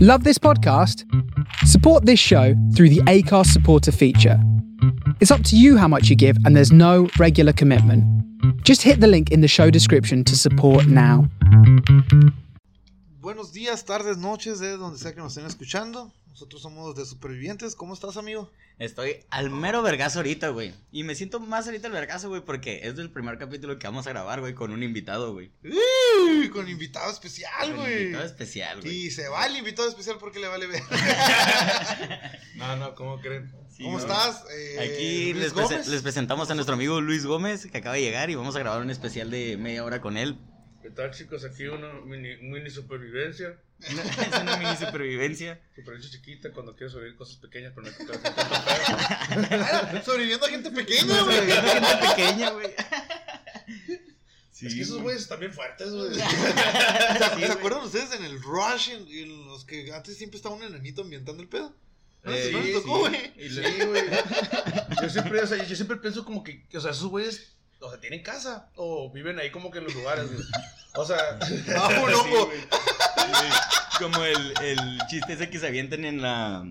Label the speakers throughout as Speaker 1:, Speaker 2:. Speaker 1: Love this podcast? Support this show through the ACARS supporter feature. It's up to you how much you give, and there's no regular commitment. Just hit the link in the show description to support now.
Speaker 2: Buenos días, tardes, noches, de donde sea que nos estén escuchando. Nosotros somos de Supervivientes. ¿Cómo estás, amigo?
Speaker 3: Estoy al mero vergazo ahorita, güey. Y me siento más ahorita al vergazo, güey, porque es el primer capítulo que vamos a grabar, güey, con un invitado, güey.
Speaker 2: ¡Uy! Con invitado especial,
Speaker 3: Con
Speaker 2: güey.
Speaker 3: invitado especial, güey.
Speaker 2: Y se va el invitado especial porque le vale ver.
Speaker 4: No, Ah, no, ¿cómo creen?
Speaker 3: Sí,
Speaker 2: ¿Cómo
Speaker 3: güey.
Speaker 2: estás? Eh,
Speaker 3: Aquí
Speaker 2: Luis
Speaker 3: les, prese-
Speaker 2: Gómez.
Speaker 3: les presentamos a nuestro amigo Luis Gómez, que acaba de llegar, y vamos a grabar un especial de media hora con él.
Speaker 4: ¿Qué tal, chicos? Aquí una mini, mini supervivencia.
Speaker 3: es una mini supervivencia.
Speaker 4: Supervivencia chiquita cuando quieres sobrevivir cosas pequeñas, pero no te
Speaker 2: Ah, sobreviviendo a gente pequeña,
Speaker 3: Una
Speaker 2: güey.
Speaker 3: gente pequeña, güey. Sí,
Speaker 4: Es que esos
Speaker 3: güey.
Speaker 4: güeyes están bien fuertes, güey.
Speaker 2: ¿Se
Speaker 3: güey.
Speaker 2: acuerdan ustedes en el Rush, en, en los que antes siempre estaba un enanito ambientando el pedo? No,
Speaker 4: Eh,
Speaker 2: sí, no les
Speaker 4: sí,
Speaker 2: tocó, güey.
Speaker 4: Y le- Sí, güey. Yo siempre, o sea, yo siempre pienso como que, o sea, esos güeyes, o sea, tienen casa o viven ahí como que en los lugares, güey. O sea,
Speaker 2: Ah, un
Speaker 4: sí,
Speaker 2: hongo.
Speaker 4: güey.
Speaker 3: Güey, Como el, el chiste ese que se avientan en la,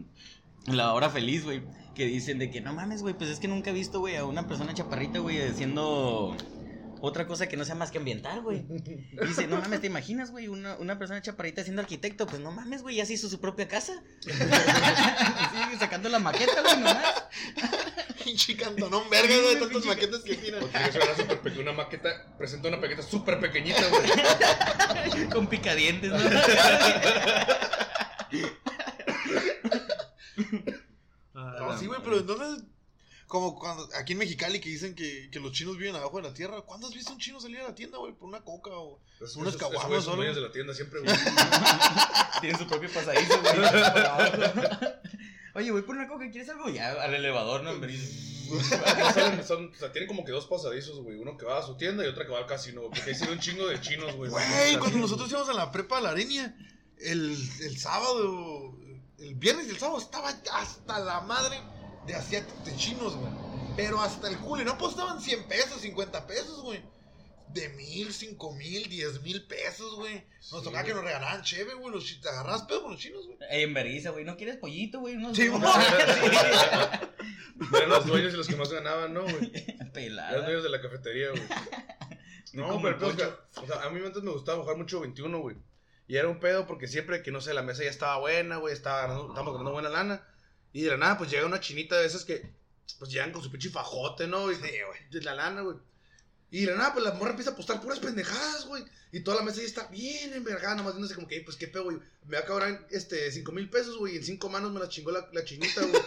Speaker 3: en la hora feliz, güey. Que dicen de que no mames, güey, pues es que nunca he visto, güey, a una persona chaparrita, güey, haciendo otra cosa que no sea más que ambientar, güey. Y Dice, no mames, ¿te imaginas, güey, una, una persona chaparrita siendo arquitecto? Pues no mames, güey, ya se hizo su propia casa. Así, sacando la maqueta, güey, nomás.
Speaker 2: Pinche cantonón verga, güey, de tantas maquetas que tiran.
Speaker 4: Porque eso era súper pequeño, una maqueta, presenta una maqueta súper pequeñita, güey.
Speaker 3: Con picadientes, ¿no?
Speaker 2: No, sí, güey, pero ¿en dónde? Como cuando, aquí en Mexicali que dicen que, que los chinos viven abajo de la tierra. ¿Cuándo has visto un chino salir a la tienda, güey, por una coca o...?
Speaker 4: Esos-
Speaker 2: Unos
Speaker 4: esos-
Speaker 2: caguamas,
Speaker 4: esos güeyes
Speaker 2: ¿no?
Speaker 4: son dueños de la tienda siempre, güey.
Speaker 3: Tiene su propio pasadizo, güey. Oye, voy por una coca, ¿quieres algo? Ya, al elevador, no, hombre.
Speaker 4: No saben, son- o sea, tienen como que dos pasadizos, güey. Uno que va a su tienda y otra que va al casino, güey. Porque ahí se ve un chingo de chinos, güey.
Speaker 2: Güey, cuando nosotros íbamos a la prepa a la arenia, el, el sábado, el viernes y el sábado estaba hasta la madre de asiáticos, de chinos, güey. Pero hasta el culo, y no apostaban 100 pesos, 50 pesos, güey. De mil, cinco mil, diez mil pesos, güey. Nos
Speaker 4: Sí,
Speaker 2: tocaba que
Speaker 4: güey.
Speaker 2: nos regalaran cheve, güey. Los, chi- te agarrabas pedo con los chinos, güey.
Speaker 3: Ey, en vergüenza, güey. ¿No quieres pollito, güey? Unos
Speaker 2: Sí,
Speaker 3: unos-
Speaker 2: mo-
Speaker 4: Eran los dueños y los que más ganaban, ¿no, güey? Eran
Speaker 3: Pelada.
Speaker 4: dueños de la cafetería, güey. No,
Speaker 3: como
Speaker 4: pero el pedo es
Speaker 3: pocho.
Speaker 4: que, o sea, a mí antes me gustaba jugar mucho 21, güey. Y era un pedo porque siempre que, no sé, la mesa ya estaba buena, güey, estaba ganando, estábamos ganando buena lana. Y de la nada, pues llega una chinita de esas que, pues llegan con su pinche fajote, ¿no? Y pues, de la lana, güey. Y de la nada, pues la morra empieza a apostar puras pendejadas, güey. Y toda la mesa ya está bien envergada, nomás viéndose como que, "Ey, pues qué pedo, güey. Me va a cobrar, este, 5 mil pesos, güey. y En cinco manos me la chingó la, la chinita, güey.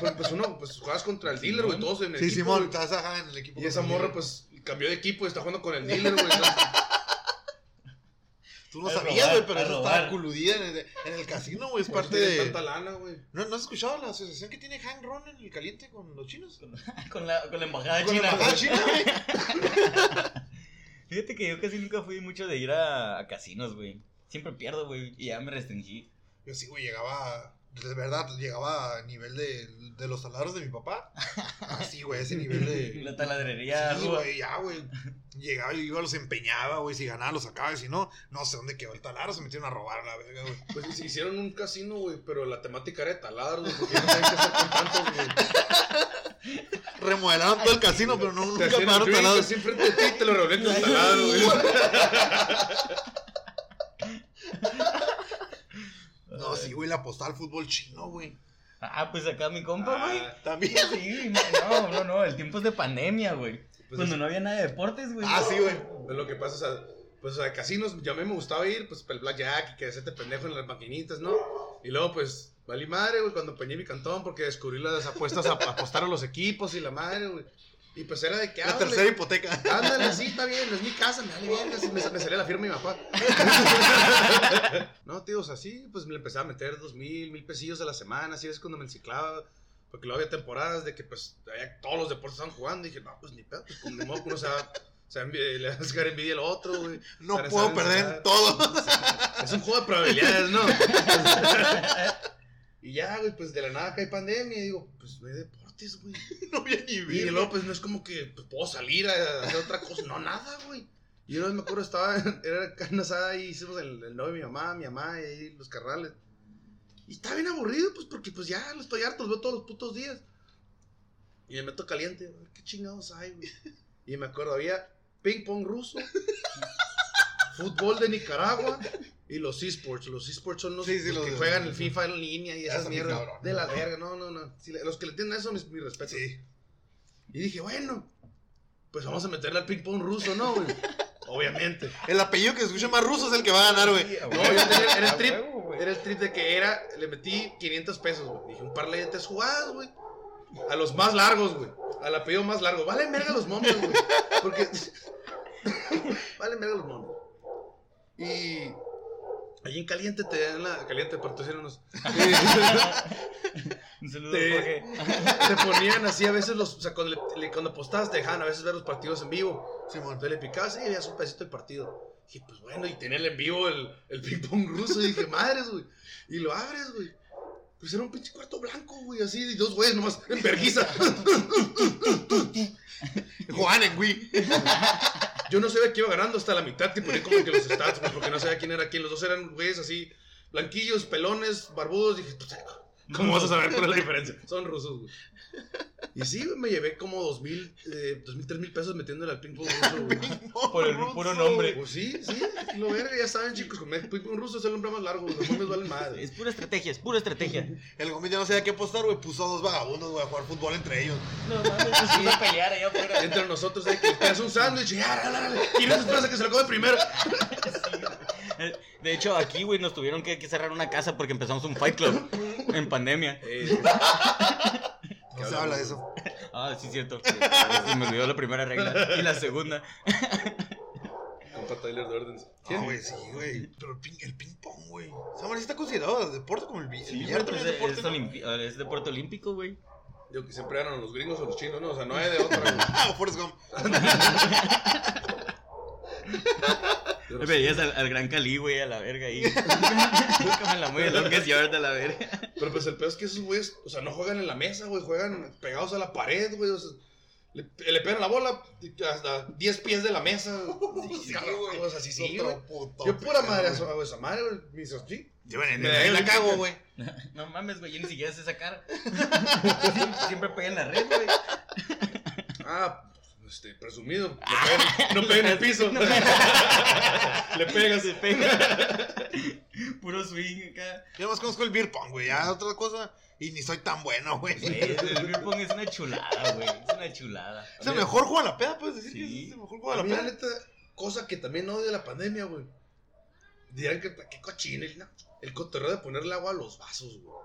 Speaker 4: pues, pues uno, pues juegas contra el dealer, güey, todos en el
Speaker 2: Sí,
Speaker 4: equipo,
Speaker 2: Simón,
Speaker 4: güey.
Speaker 2: estás ajá en el equipo.
Speaker 4: Y esa
Speaker 2: contra el
Speaker 4: morra,
Speaker 2: líder.
Speaker 4: pues, cambió de equipo y está jugando con el dealer, güey. ¿no?
Speaker 2: Tú no
Speaker 3: a
Speaker 2: sabías, güey,
Speaker 3: robar,
Speaker 2: pero
Speaker 3: a
Speaker 2: eso estaba
Speaker 3: robar.
Speaker 2: coludida en el, en el casino, güey. Es
Speaker 4: Por eso
Speaker 2: parte
Speaker 4: tienen
Speaker 2: de.
Speaker 4: tanta lana, güey.
Speaker 2: ¿No, ¿No has escuchado la asociación que tiene Hank Ron en el caliente con los chinos? Con
Speaker 3: Con la, con la embajada
Speaker 2: la
Speaker 3: china.
Speaker 2: embajada china, güey.
Speaker 3: Fíjate que yo casi nunca fui mucho de ir a, a casinos, güey. Siempre pierdo, güey. Y ya me restringí.
Speaker 2: Yo sí, güey, llegaba. De verdad, llegaba a nivel de, de los taladros de mi papá. Así, güey, ese nivel de.
Speaker 3: La taladrería.
Speaker 2: Sí,
Speaker 3: ruda.
Speaker 2: güey, ya, güey. Llegaba y iba, los empeñaba, güey. Si ganaba, los sacaba. Y si no, no sé dónde quedó el taladro. Se metieron a robar la verga, güey.
Speaker 4: Pues sí, hicieron un casino, güey, pero la temática era de taladros, güey, porque no sabían qué hacer con tantos, güey.
Speaker 2: Remodelaron todo el casino, pero no,
Speaker 4: Te
Speaker 2: nunca
Speaker 4: hacían un
Speaker 2: pagaron
Speaker 4: drink
Speaker 2: taladros.
Speaker 4: así enfrente de ti y te lo revolvían con taladro, güey.
Speaker 2: No, sí, güey, le apostaba al fútbol chino, güey.
Speaker 3: Ah, pues acá mi compa, güey.
Speaker 4: Ah,
Speaker 2: También.
Speaker 3: Sí, no, no, no. El tiempo es de pandemia, güey.
Speaker 4: pues,
Speaker 3: Cuando no había nada de deportes, güey.
Speaker 2: Ah, sí, güey.
Speaker 4: Pues lo que pasa, o sea, pues a casinos, ya a mí me gustaba ir, pues para el blackjack y que hacerte pendejo en las maquinitas, ¿no? Y luego, pues, valí madre, güey, cuando empeñé mi cantón porque descubrí las apuestas a a apostar a los equipos y la madre, güey. Y pues era de que,
Speaker 2: La
Speaker 4: ah,
Speaker 2: tercera hipoteca.
Speaker 4: Ándale, sí, está bien, es mi casa, me vale bien, así me, me salía la firma de mi papá. no, tío, o sea, sí, pues me le empezaba a meter dos mil, mil pesillos a la semana, así es cuando me enciclaba, porque luego había temporadas de que, pues, había- todos los deportes estaban jugando, y dije, no, pues ni pedo, pues como de modo que uno se va, se va a envi- le va a sacar envidia al otro, güey.
Speaker 2: No
Speaker 4: Para
Speaker 2: puedo
Speaker 4: saber
Speaker 2: perder
Speaker 4: sacar.
Speaker 2: en todo.
Speaker 4: Es un juego de probabilidades, ¿no? y ya, güey, pues de la nada cae pandemia, y digo, pues no hay deportes, güey.
Speaker 2: No había ni
Speaker 4: Y
Speaker 2: ver.
Speaker 4: luego, pues no es como que pues, puedo salir a hacer otra cosa, no, nada, güey. Y una vez me acuerdo, estaba, era carne asada y hicimos el, el novio de mi mamá, mi mamá y ahí los carnales. Y está bien aburrido, pues, porque pues ya los estoy harto, los veo todos los putos días. Y me meto caliente, a ver qué chingados hay, güey. Y me acuerdo, había ping pong ruso, fútbol de Nicaragua y los esports. Los esports son los,
Speaker 2: Sí, sí,
Speaker 4: los
Speaker 2: los
Speaker 4: que
Speaker 2: de-
Speaker 4: juegan el FIFA en línea y esas
Speaker 2: son
Speaker 4: mierdas.
Speaker 2: cabrones,
Speaker 4: De la
Speaker 2: ¿no?
Speaker 4: verga, no, no, no. Si le- los que le tienen eso, mis, mis respetos.
Speaker 2: Sí.
Speaker 4: Y dije, bueno, pues vamos a meterle al ping pong ruso, ¿no, güey? Obviamente.
Speaker 2: El apellido que se escucha más ruso es el que va a ganar, güey.
Speaker 4: No, yo tenía, era
Speaker 5: A
Speaker 4: el trip,
Speaker 5: huevo, güey.
Speaker 4: era el trip de que era, le metí 500 pesos, güey. Dije, un parlay de tres jugadas, güey. A los más largos, güey. Al apellido más largo. Vale merga los monos, güey. Porque. vale merga los monos. Y. Allí en caliente te dan la. Caliente, patrocínanos.
Speaker 3: Un saludo,
Speaker 4: Sí.
Speaker 3: Jorge.
Speaker 4: te ponían así a veces los. O sea, cuando, le- le- cuando apostabas, te dejaban a veces ver los partidos en vivo.
Speaker 2: Simón.
Speaker 4: Entonces le picabas y veías un pedacito del partido. Dije, pues bueno, y tener en vivo el, el ping pong ruso. Y dije, madres, güey. Y lo abres, güey. Pues era un pinche cuarto blanco, güey, así, y dos güeyes nomás, en vergüenza.
Speaker 2: Juan en Wii.
Speaker 4: Yo no sabía quién iba ganando hasta la mitad que ponía como que los stats, güey, porque no sabía quién era quién. Los dos eran güeyes así, blanquillos, pelones, barbudos. Dije, pues, ¿cómo vas a saber cuál es la diferencia? Son rusos, güey. Y sí, güey, me llevé como dos mil, eh, dos mil, tres mil pesos metiéndole al ping pong ruso, güey.
Speaker 5: Por el puro nombre.
Speaker 4: Pues sí, sí, lo verga, ya saben, chicos, comer ping pong ruso es el hombre más largo, los hombres valen madre.
Speaker 3: Es pura estrategia, es pura estrategia.
Speaker 2: El Gómez ya no sabía qué apostar, güey. Puso a dos vagabundos, güey, a jugar fútbol entre ellos.
Speaker 3: No mames, nos iba a pelear allá afuera.
Speaker 4: Entre nosotros hay que te hace un sándwich y ah, ya, dale, dale, ¿Quién es espera que se lo come primero?
Speaker 3: De hecho, aquí, güey, nos tuvieron que, que cerrar una casa porque empezamos un fight club en pandemia.
Speaker 4: Eh,
Speaker 2: No se habla de eso.
Speaker 3: Ah, sí, cierto. Se me olvidó la primera regla y la segunda.
Speaker 4: compa Tyler Dordens.
Speaker 2: Ah, güey, sí, güey. Pero el ping, el ping pong, güey. O sea, ahora sí está considerado deporte como el, bi- el
Speaker 3: Sí,
Speaker 2: billar
Speaker 3: güey,
Speaker 2: también
Speaker 3: pues,
Speaker 2: es deporte.
Speaker 3: es,
Speaker 2: ¿no?
Speaker 3: olimpi- es deporte olímpico, güey.
Speaker 4: Digo que siempre eran los gringos o los chinos, ¿no? O sea, no hay de otra, güey.
Speaker 2: Ah, o Forrest Gump.
Speaker 3: Veías al, al gran Cali, güey, a la verga ahí. Nunca me la mueve el longest yard a la verga.
Speaker 4: Pero pues el peor es que esos güeyes, o sea, no juegan en la mesa, güey, juegan pegados a la pared, güey, o sea, le, le pegan la bola hasta 10 pies de la mesa.
Speaker 2: Sí, güey.
Speaker 4: O sea, sí, sí,
Speaker 2: Otro
Speaker 4: güey.
Speaker 2: puto
Speaker 4: Yo pura madre,
Speaker 2: pendejo,
Speaker 4: hago esa madre, güey, mis hostil.
Speaker 2: güey. Yo,
Speaker 4: Me
Speaker 2: me ahí
Speaker 4: da
Speaker 2: la
Speaker 4: el-
Speaker 2: cago, güey.
Speaker 3: No mames, güey, yo ni siquiera sé sacar. Sie- Siempre pega en la red, güey.
Speaker 4: Ah, este, presumido. No pega, Ah. no pega en el piso.
Speaker 3: No
Speaker 4: Le pegas.
Speaker 3: Se pega. Puro swing acá.
Speaker 2: Yo más conozco el beer pong, güey. Ya otra cosa. Y ni soy tan bueno, güey.
Speaker 3: Güey, el beer pong es una chulada, güey. Es una chulada.
Speaker 2: Es el mejor juego a la peda, puedes decir
Speaker 3: Sí.
Speaker 2: que es el mejor
Speaker 4: A
Speaker 2: juego a
Speaker 4: mí,
Speaker 2: la
Speaker 4: la
Speaker 2: peda.
Speaker 4: neta, cosa que también odio de la pandemia, güey. Dirán que qué cochino, el- no, el cotorreo de ponerle agua a los vasos, güey.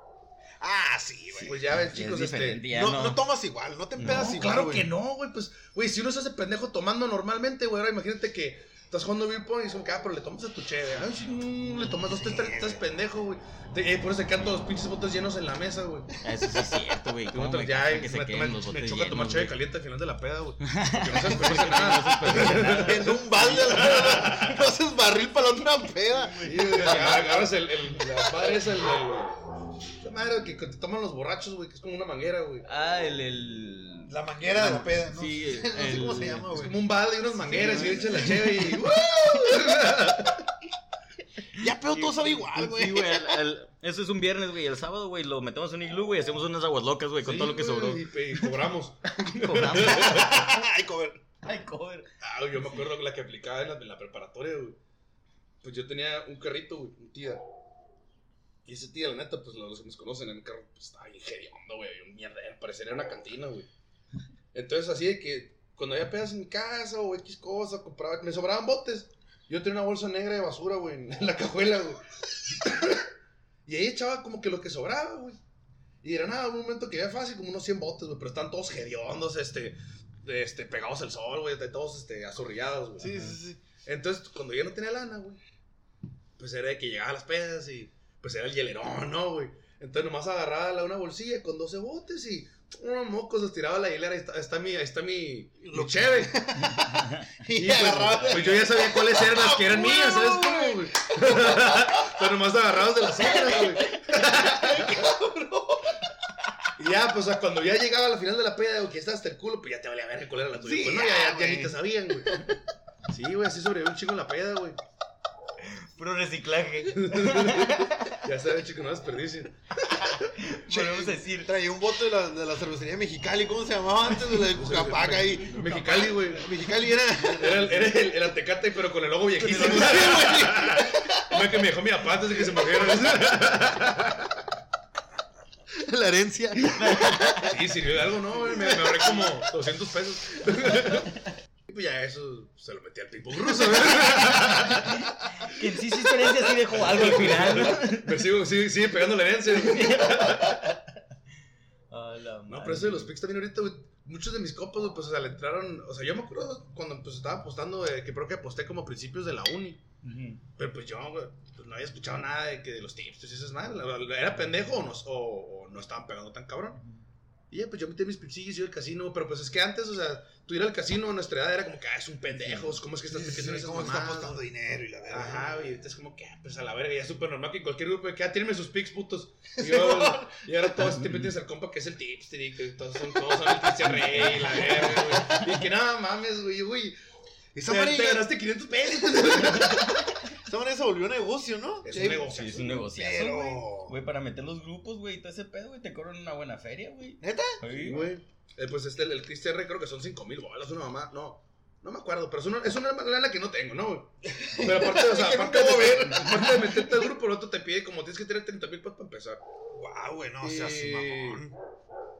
Speaker 2: Ah, sí, güey.
Speaker 4: Pues ya ven,
Speaker 3: es
Speaker 4: chicos,
Speaker 3: diferente,
Speaker 4: este.
Speaker 3: ya
Speaker 2: no,
Speaker 3: no.
Speaker 2: no tomas igual, no te
Speaker 3: No,
Speaker 2: empedas
Speaker 4: no,
Speaker 2: igual.
Speaker 4: claro
Speaker 2: güey.
Speaker 4: que no, güey. Pues, güey, si uno se hace pendejo tomando normalmente, güey. Ahora imagínate que estás jugando beer pong y son que, ah, pero le tomas a tu cheve. Ay, sí, mm, le tomas dos, tres, tres, estás pendejo, güey. Te- eh, por eso se quedan todos los pinches botes llenos en la mesa, güey.
Speaker 3: Eso sí es cierto, güey.
Speaker 4: Y
Speaker 3: ¿Cómo
Speaker 4: otros
Speaker 3: me
Speaker 4: ya,
Speaker 3: caga
Speaker 4: eh,
Speaker 3: que
Speaker 4: me,
Speaker 3: se
Speaker 4: me-
Speaker 3: queden los
Speaker 4: me
Speaker 3: botes
Speaker 4: choca tomar
Speaker 3: llenos,
Speaker 4: cheve
Speaker 3: güey?
Speaker 4: caliente al final de la peda, güey. Que no se desperdicia nada.
Speaker 2: En un balde, la verdad. No haces barril para la otra peda.
Speaker 4: Sí, güey, Agarras el, el, la madre esa, el, el- la madre que te toman los borrachos, güey, que es como una manguera, güey.
Speaker 3: Ah, el. el...
Speaker 2: La manguera de la peda, ¿no?
Speaker 3: Sí,
Speaker 2: no sé
Speaker 3: el-
Speaker 2: cómo se llama,
Speaker 4: Es
Speaker 2: güey.
Speaker 4: como un balde y unas mangueras y echas la cheve y ¡uh!
Speaker 2: Ya pedo todo sabe igual, güey.
Speaker 3: Sí, güey. al- al- Eso es un viernes, güey. El sábado, güey, lo metemos en un iglú, güey. Hacemos unas aguas locas, güey, con
Speaker 4: Sí,
Speaker 3: todo lo que
Speaker 4: güey,
Speaker 3: sobró.
Speaker 4: Y, y cobramos.
Speaker 3: Cobramos.
Speaker 2: Ay, cover.
Speaker 3: Ay, cover.
Speaker 4: Ah, güey, yo me acuerdo que la que aplicaba en la, en la preparatoria, güey. Pues yo tenía un carrito, güey, un tía. Y ese tía, la neta, pues los que nos conocen en el carro, pues estaba bien hediondo, güey, un mierdero, parecería una cantina, güey. Entonces, así de que cuando había pedas en mi casa o X cosa, compraba, me sobraban botes. Yo tenía una bolsa negra de basura, güey, en la cajuela, güey. y ahí echaba como que lo que sobraba, güey. Y era nada, un momento que era fácil, como unos 100 botes, güey, pero están todos hediondos, este, este, pegados al sol, güey, de todos, este, azurrillados, güey.
Speaker 2: Sí, sí, sí.
Speaker 4: Entonces, cuando yo no tenía lana, güey, pues era de que llegaba a las pedas y pues era el hielerón, ¿no, güey? Entonces nomás agarraba la- una bolsilla con 12 botes y unos mocos, los tiraba a la hilera, ahí está, ahí está mi, ahí está mi, lo chévere.
Speaker 2: Y,
Speaker 4: Y pues,
Speaker 2: agarraba.
Speaker 4: pues yo ya sabía cuáles eran las que eran mías, ¿sabes cómo, güey? Pero nomás agarrados de las otras, güey. Y ya, pues o sea, cuando ya llegaba a la final de la peda, güey, que estás hasta el culo, pues ya te valía ver cuál era la tuya.
Speaker 2: Sí,
Speaker 4: pues no, ya, ya,
Speaker 2: ya,
Speaker 4: ya ni
Speaker 2: güey.
Speaker 4: te sabían, güey. Sí, güey, así sobrevivió un chingo en la peda, güey.
Speaker 3: Puro reciclaje.
Speaker 4: Ya sabes, chico, no desperdicien.
Speaker 3: Podemos decir.
Speaker 2: Traía un bote de la, de la cervecería Mexicali, ¿cómo se llamaba antes? De la de Cucapaca ahí.
Speaker 4: Mexicali, güey.
Speaker 2: Mexicali era.
Speaker 4: Era, el- era el, el Atecate, pero con el logo viejísimo. Una que me dejó mi papá antes de que se muriera.
Speaker 2: La herencia.
Speaker 4: Sí, sirvió de algo, ¿no? güey? Me, me ahorré como 200 pesos. Y pues ya eso se lo metí al tipo ruso,
Speaker 3: Que en sí su experiencia sí dejó algo al final.
Speaker 4: Me sigo, sigue, sigue pegando la herencia.
Speaker 3: Ah, la
Speaker 4: No,
Speaker 3: madre.
Speaker 4: pero eso de los picks también ahorita, güey. Muchos de mis copas, güey, pues, o sea, le entraron. O sea, yo me acuerdo cuando pues, estaba apostando, güey, que creo que aposté como a principios de la uni.
Speaker 3: Ujú.
Speaker 4: Pero pues yo, güey, pues, no había escuchado nada de que de los tips, y esas madres. la- la- Era pendejo o no, o- o no estaban pegando tan cabrón. Y ya, pues yo metí mis pichillos y yo al casino, pero pues es que antes, o sea, tú ir al casino a nuestra edad era como que, ah, es un pendejo, ¿cómo es que estás metiendo en esas
Speaker 2: ¿Cómo está
Speaker 4: mamadas?
Speaker 2: apostando dinero y la verdad?
Speaker 4: Ajá, güey, ahorita es como que, ah, pues a la verga, ya es súper normal que en cualquier grupo, que, ah, tírenme sus pics, putos. Y, yo, y ahora todos siempre tienes al compa que es el tipster y que todos son, todos son el Cristian Rey y la verga, güey. Y que nada, mames, güey, güey,
Speaker 2: Esa
Speaker 4: te, te
Speaker 2: manera,
Speaker 4: ganaste 500 pesos.
Speaker 2: esa manera se volvió negocio, ¿no?
Speaker 4: Es
Speaker 2: Sí,
Speaker 4: un negocio.
Speaker 3: Sí, es un negociazo,
Speaker 2: Pero-
Speaker 3: güey. Güey, para meter los grupos, güey, y todo ese pedo, güey, te cobran una buena feria, güey.
Speaker 2: ¿Neta?
Speaker 3: Sí, güey.
Speaker 4: Güey. Eh, pues este, el, el Cristian Rey creo que son 5 mil bolas, una mamá. No, no me acuerdo, pero es una, es una lana que no tengo, ¿no, güey? Pero aparte, o sea,
Speaker 2: Que
Speaker 4: aparte,
Speaker 2: nunca
Speaker 4: de, aparte de meterte al grupo, el otro te pide como tienes que tener 30 mil pesos para empezar.
Speaker 2: Guau, güey, no seas
Speaker 4: Sí.
Speaker 2: mamón.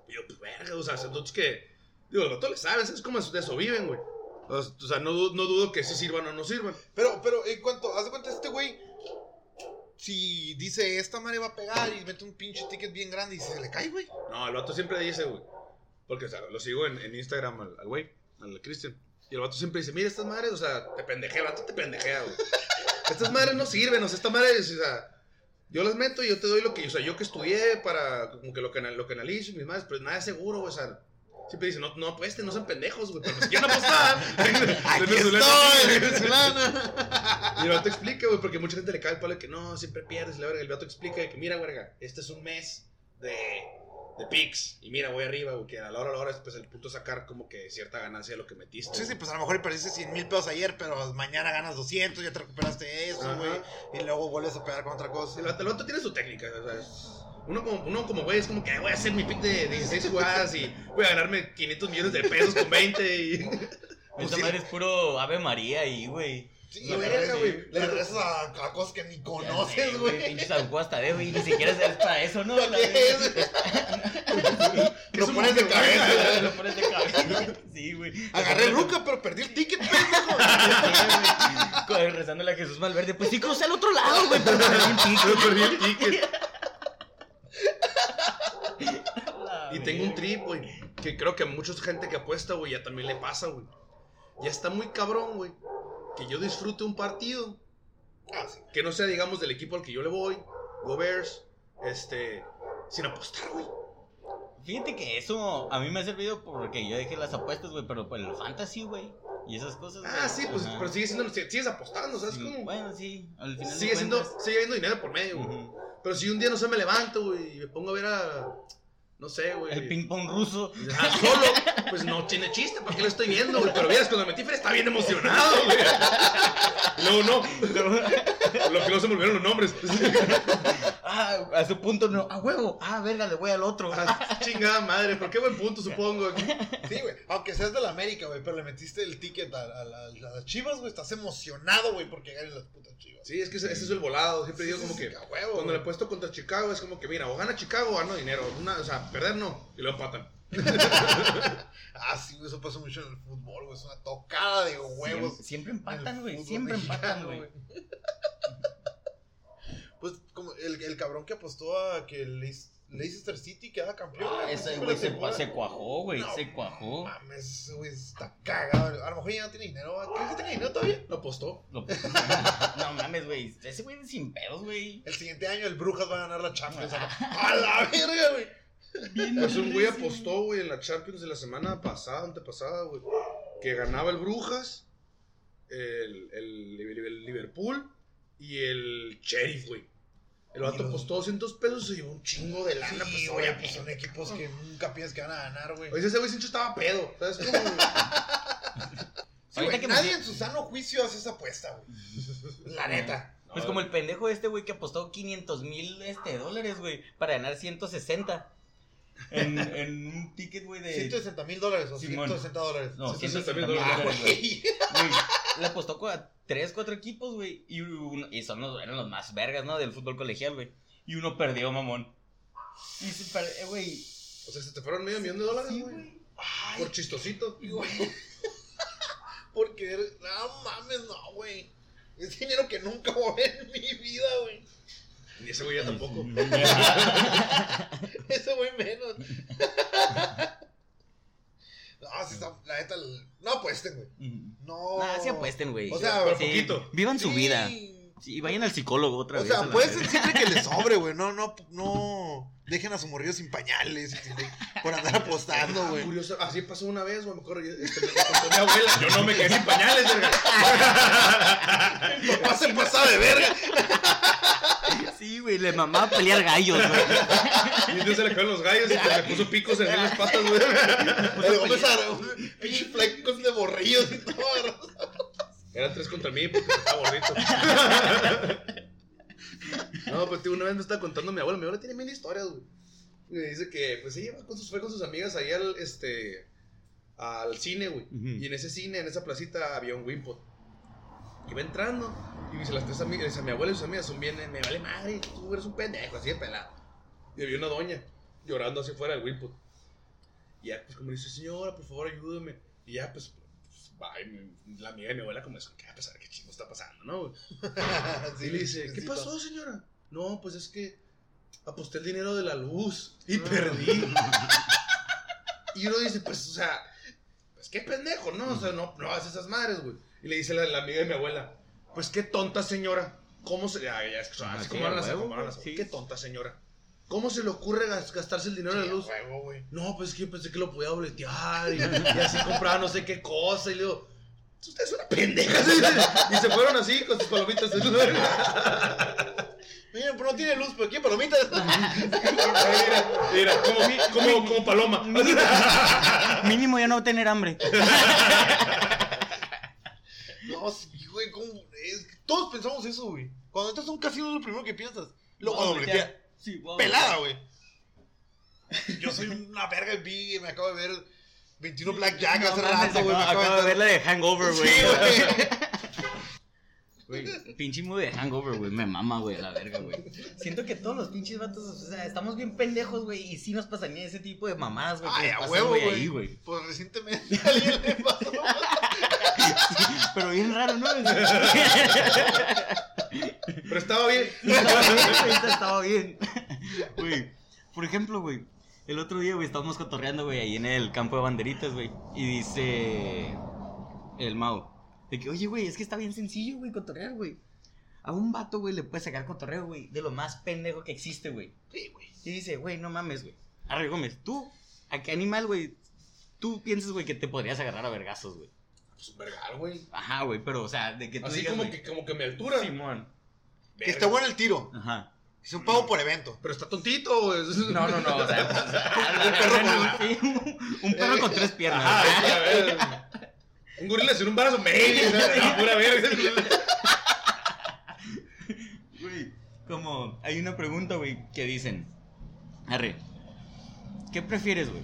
Speaker 4: Y yo, pues verga, o sea, entonces que. Digo, el vato le sabes, es como de eso viven, güey. O sea, o sea, no, du- no dudo que sí sirvan o no sirvan.
Speaker 2: Pero, pero, en cuanto, haz de cuenta, este güey, si dice, esta madre va a pegar y mete un pinche ticket bien grande y se le cae, güey.
Speaker 4: No, el vato siempre dice, güey. Porque, o sea, lo sigo en, en Instagram al al güey, al Cristian. Y el vato siempre dice, mira, estas madres, o sea, te pendejea, el vato te pendejea, güey. Estas madres no sirven, o sea, estas madres, o sea, yo las meto y yo te doy lo que, o sea, yo que estudié para, como que lo que, ana- lo que analizo y mis madres, pero nada es seguro, güey, o sea. Siempre dicen, no, no apuesten, no sean pendejos, güey, pero pues quieren apostar.
Speaker 2: ¡Aquí
Speaker 4: Aquí
Speaker 2: estoy, venezolana!
Speaker 4: y el vato explica, güey, porque mucha gente le cae el palo de que no, siempre pierdes, la verga. El vato explica de que, mira, verga, este es un mes de, de picks. Y mira, voy arriba, güey, que a la hora, a la hora, pues el punto es sacar como que cierta ganancia de lo que metiste.
Speaker 2: Sí, sí,
Speaker 4: güey.
Speaker 2: pues a lo mejor le perdiste 100 mil pesos ayer, pero mañana ganas 200, ya te recuperaste eso,
Speaker 4: Ajá.
Speaker 2: güey. Y luego vuelves a pegar con otra cosa.
Speaker 4: El vato, el vato tiene su técnica, o sea, es- uno como, uno como güey es como que "Ay, voy a hacer mi pick de 16 jugadas y voy a ganarme 500 millones de pesos con 20 y... Pues
Speaker 3: Esa madre es puro Ave María ahí, güey.
Speaker 2: Sí,
Speaker 4: la
Speaker 2: güey,
Speaker 4: verga,
Speaker 2: güey.
Speaker 4: güey.
Speaker 2: Le regresas a, a cosas que ni
Speaker 3: Ya
Speaker 2: conoces,
Speaker 3: sé,
Speaker 2: güey.
Speaker 3: Eh, Pinches aguastareo, güey, ni siquiera es para eso, ¿no? La
Speaker 2: ¿Qué
Speaker 3: verga.
Speaker 2: es?
Speaker 4: ¿Qué
Speaker 2: Lo
Speaker 4: es un
Speaker 2: pones de
Speaker 4: mundo,
Speaker 2: cabeza.
Speaker 4: güey?
Speaker 3: Lo pones de cabeza. Sí, güey.
Speaker 2: Agarré ruca, pero perdí el ticket, pendejo.
Speaker 4: pues.
Speaker 3: Co- Rezándole a Jesús Malverde. Pues sí, crucé al otro lado, güey. Pero perdí un
Speaker 4: Yo
Speaker 3: pico.
Speaker 4: perdí el ticket.
Speaker 3: La
Speaker 4: Y tengo un
Speaker 3: verga.
Speaker 4: trip, güey, que creo que a mucha gente que apuesta, güey, ya también le pasa, güey. Ya está muy cabrón, güey, que yo disfrute un partido
Speaker 2: Ah, sí.
Speaker 4: que no sea, digamos, del equipo al que yo le voy, Go Bears, este, sin apostar, güey.
Speaker 3: Fíjate que eso a mí me ha servido porque yo dejé las apuestas, güey. Pero por el fantasy, güey. Y esas cosas.
Speaker 4: Ah,
Speaker 3: güey.
Speaker 4: sí, pues,
Speaker 3: Ajá.
Speaker 4: pero sigue siendo, sig- sigues apostando, ¿sabes
Speaker 3: Sí,
Speaker 4: cómo?
Speaker 3: Bueno, sí. Al final. de
Speaker 4: Sigue siendo,
Speaker 3: cuentas.
Speaker 4: sigue habiendo dinero por medio, güey.
Speaker 3: Ujú.
Speaker 4: Pero si un día, no sé, me levanto, güey, y me pongo a ver a, no sé, güey.
Speaker 3: El ping-pong ruso.
Speaker 4: Ah, solo, pues no tiene chiste, ¿para qué lo estoy viendo, güey? Pero vieras, cuando metí Fer está bien emocionado, güey. Y Luego no. Lo que no se me olvidaron los nombres.
Speaker 3: Ah, a su punto no. A huevo. Ah, verga, le voy al otro.
Speaker 4: Ah, Chingada madre, pero qué buen punto, supongo.
Speaker 2: Sí, güey. Aunque seas de la América, güey, pero le metiste el ticket a, a la- a las chivas, güey. Estás emocionado, güey, porque ganen las putas chivas.
Speaker 4: Sí, es que ese ese es el volado. Siempre digo como que
Speaker 2: A huevo,
Speaker 4: cuando le
Speaker 2: güey.
Speaker 4: puesto contra Chicago es como que, mira, o gana Chicago o gano dinero. Una- o sea, perder no. Y lo empatan.
Speaker 2: Ah, sí, güey, eso pasa mucho en el fútbol, güey. Es una tocada de huevos.
Speaker 3: Siempre, siempre
Speaker 2: en
Speaker 3: empatan,
Speaker 2: el
Speaker 3: güey.
Speaker 2: fútbol
Speaker 3: Siempre
Speaker 2: mexicano,
Speaker 3: empatan, güey.
Speaker 2: Pues como el, el cabrón que apostó a que Leic- Leicester City queda campeón.
Speaker 3: Ah,
Speaker 2: güey,
Speaker 3: Ese
Speaker 2: la
Speaker 3: güey se,
Speaker 2: temporada.
Speaker 3: se cuajó, güey.
Speaker 2: No,
Speaker 3: se cuajó.
Speaker 2: Mames, ese güey está cagado. A lo mejor ya no tiene dinero. güey. ¿Crees que tiene dinero todavía?
Speaker 4: Lo apostó.
Speaker 3: Lo- no mames, güey. Ese güey es sin pedos, güey.
Speaker 2: El siguiente año el Brujas va a ganar la Champions. ¡A la verga, güey!
Speaker 4: Pues un güey apostó, güey, en la Champions de la semana pasada, antepasada, güey. Que ganaba el Brujas, el, el, el Liverpool y el Sheriff, güey. El vato
Speaker 2: Mira.
Speaker 4: apostó 200 pesos y se llevó un chingo de lana.
Speaker 2: Sí,
Speaker 4: pues,
Speaker 2: güey,
Speaker 4: obviamente.
Speaker 2: pues son equipos que nunca piensas que van a ganar, güey.
Speaker 4: O sea, ese güey Sincho estaba pedo. ¿Sabes cómo, güey?
Speaker 2: Sí, güey,
Speaker 3: Ahorita que me-
Speaker 2: nadie en su sano juicio hace esa apuesta, güey. La neta.
Speaker 3: Pues como el pendejo este, güey, que apostó 500 mil este, dólares, güey, para ganar 160. En, en un ticket, güey, de...
Speaker 2: 160 mil dólares o
Speaker 3: Simón.
Speaker 2: 160 dólares.
Speaker 3: No, 160
Speaker 4: 160 mil
Speaker 3: mil
Speaker 4: dólares,
Speaker 3: dólares, güey.
Speaker 2: Güey,
Speaker 3: Güey, Le apostó co- a tres, cuatro equipos, güey. Y, uno- y son los, eran los más vergas, ¿no? Del fútbol colegial, güey. Y uno perdió, mamón. Y se per- eh, güey.
Speaker 4: O sea, se te fueron medio millón de dólares,
Speaker 3: Sí,
Speaker 4: güey.
Speaker 3: güey.
Speaker 2: Ay,
Speaker 4: Por chistosito.
Speaker 2: güey. Porque, no mames, no, güey. Es dinero que nunca voy a ver en mi vida, güey.
Speaker 4: Ni ese güey ya tampoco.
Speaker 2: Ese güey menos. No, sí está- la neta, el- no apuesten, güey. No.
Speaker 3: Nah, sí apuesten, güey.
Speaker 2: O sea,
Speaker 4: Pero
Speaker 3: Sí.
Speaker 4: poquito.
Speaker 3: Vivan su
Speaker 2: sí.
Speaker 3: vida. Sí, y vayan al psicólogo otra
Speaker 2: O
Speaker 3: vez. a
Speaker 2: sea, pues,
Speaker 3: la
Speaker 2: apuesten
Speaker 3: verga.
Speaker 2: siempre que les sobre, güey. No, no, no. Dejen a su morrillo sin pañales y sin- por andar apostando, güey.
Speaker 4: Curioso, así pasó una vez, güey, me acuerdo, yo- este, me contó mi abuela, yo no me quedé sin pañales, verga.
Speaker 2: Mi Papá se pasa de verga.
Speaker 3: Sí, güey, le mamá a pelear gallos, güey.
Speaker 4: Y entonces se le caen los gallos y pues, le puso picos en las patas, güey.
Speaker 2: El hombre se pinche flecos de borrillos y todo.
Speaker 4: Eran tres contra mí porque estaba gordito. No, pues tío, una vez me estaba contando mi abuela, mi abuela tiene mil historias, güey. Y Me dice que, pues ella va con sus, fue con sus amigas ahí al, este, al cine, güey.
Speaker 3: Ujú.
Speaker 4: Y en ese cine, en esa placita, había un Wimpot. Iba entrando y me dice, las tres amigas, dice, mi abuela y sus amigas son bien, eh, me vale madre, tú eres un pendejo, así de pelado. Y había una doña llorando hacia afuera del Wimpot. Y ya, pues como le dice, señora, por favor, ayúdame. Y ya, pues, pues, va, y mi- la amiga de mi abuela como es, ¿qué va a pasar? ¿Qué chingo está pasando, no? güey?"
Speaker 2: Sí,
Speaker 4: y le dice, ¿qué
Speaker 2: sí,
Speaker 4: pasó, señora? No, pues es que aposté el dinero de la luz y perdí. y uno dice, pues, o sea, pues qué pendejo, ¿no? O sea, no, no hagas esas madres, güey. Y le dice la, la amiga de mi abuela, pues qué tonta señora. ¿Cómo se.? Ah, ya, es que- así
Speaker 3: sí,
Speaker 4: como hablan
Speaker 3: a
Speaker 4: las-
Speaker 3: huevo,
Speaker 4: como hablan las-
Speaker 3: sí.
Speaker 4: Qué tonta señora. ¿Cómo se le ocurre gas- gastarse el dinero de la luz?
Speaker 2: Huevo, güey.
Speaker 4: No, pues es que yo pensé que lo podía boletear y, y así compraba no sé qué cosa. Y le digo, usted es una pendeja. Y se fueron así con sus palomitas.
Speaker 2: Miren, pero no tiene luz, pero ¿quién palomitas?
Speaker 4: Mira, mira, como, como, como paloma.
Speaker 3: Mínimo ya no va a tener hambre.
Speaker 2: No, sí, güey, ¿cómo? Es que todos pensamos eso, güey. Cuando entras a un casino es lo primero que piensas. Lo voy a dobletear.
Speaker 3: Sí, voy a
Speaker 2: Pelada, güey. Yo soy una verga en big, me acabo de ver 21 Blackjack
Speaker 3: No
Speaker 2: hace
Speaker 3: mames,
Speaker 2: rato, güey. Me
Speaker 3: acabo,
Speaker 2: acabo,
Speaker 3: acabo de ver la de Hangover, güey.
Speaker 2: Sí, güey.
Speaker 3: Güey, Pinche movie de Hangover, güey. Me mama, güey, la verga, güey. Siento que todos los pinches vatos, o sea, estamos bien pendejos, güey. Y sí nos pasaría ese tipo de mamadas, güey. que
Speaker 2: Ay,
Speaker 3: les
Speaker 2: a
Speaker 3: pasan,
Speaker 2: huevo,
Speaker 3: güey. ahí,
Speaker 2: güey.
Speaker 3: güey.
Speaker 2: Pues recientemente a alguien le pasó.
Speaker 3: Pero bien raro, ¿no?
Speaker 4: Pero estaba bien.
Speaker 3: Ahorita estaba bien. Güey, por ejemplo, güey, el otro día, güey, estábamos cotorreando, güey, ahí en el campo de banderitas, güey. Y dice el Mao, de que, oye, güey, es que está bien sencillo, güey, cotorrear, güey. A un vato, güey, le puedes sacar cotorreo, güey, de lo más pendejo que existe, güey. Y dice, güey, no mames, güey. Arre Gómez, tú, ¿a qué animal, güey? Tú piensas, güey, que te podrías agarrar a vergazos, güey.
Speaker 4: Pues un vergal, güey.
Speaker 3: Ajá, güey, pero, o sea, de que tú
Speaker 4: Así
Speaker 3: digas,
Speaker 4: como
Speaker 3: güey,
Speaker 4: que, como que me altura.
Speaker 3: Simón.
Speaker 2: Que está bueno el tiro.
Speaker 3: Ajá.
Speaker 2: Es un
Speaker 4: Mm.
Speaker 2: pago por evento.
Speaker 4: Pero está tontito, güey.
Speaker 3: No, no, no, o sea,
Speaker 2: Un perro con-
Speaker 3: sí, un- un perro con tres piernas.
Speaker 4: Ajá, es que, a ver, Un gorila sin un brazo, maybe. ¿no? No, pura verga.
Speaker 3: Güey, como hay una pregunta, güey, que dicen, arre, ¿qué prefieres, güey?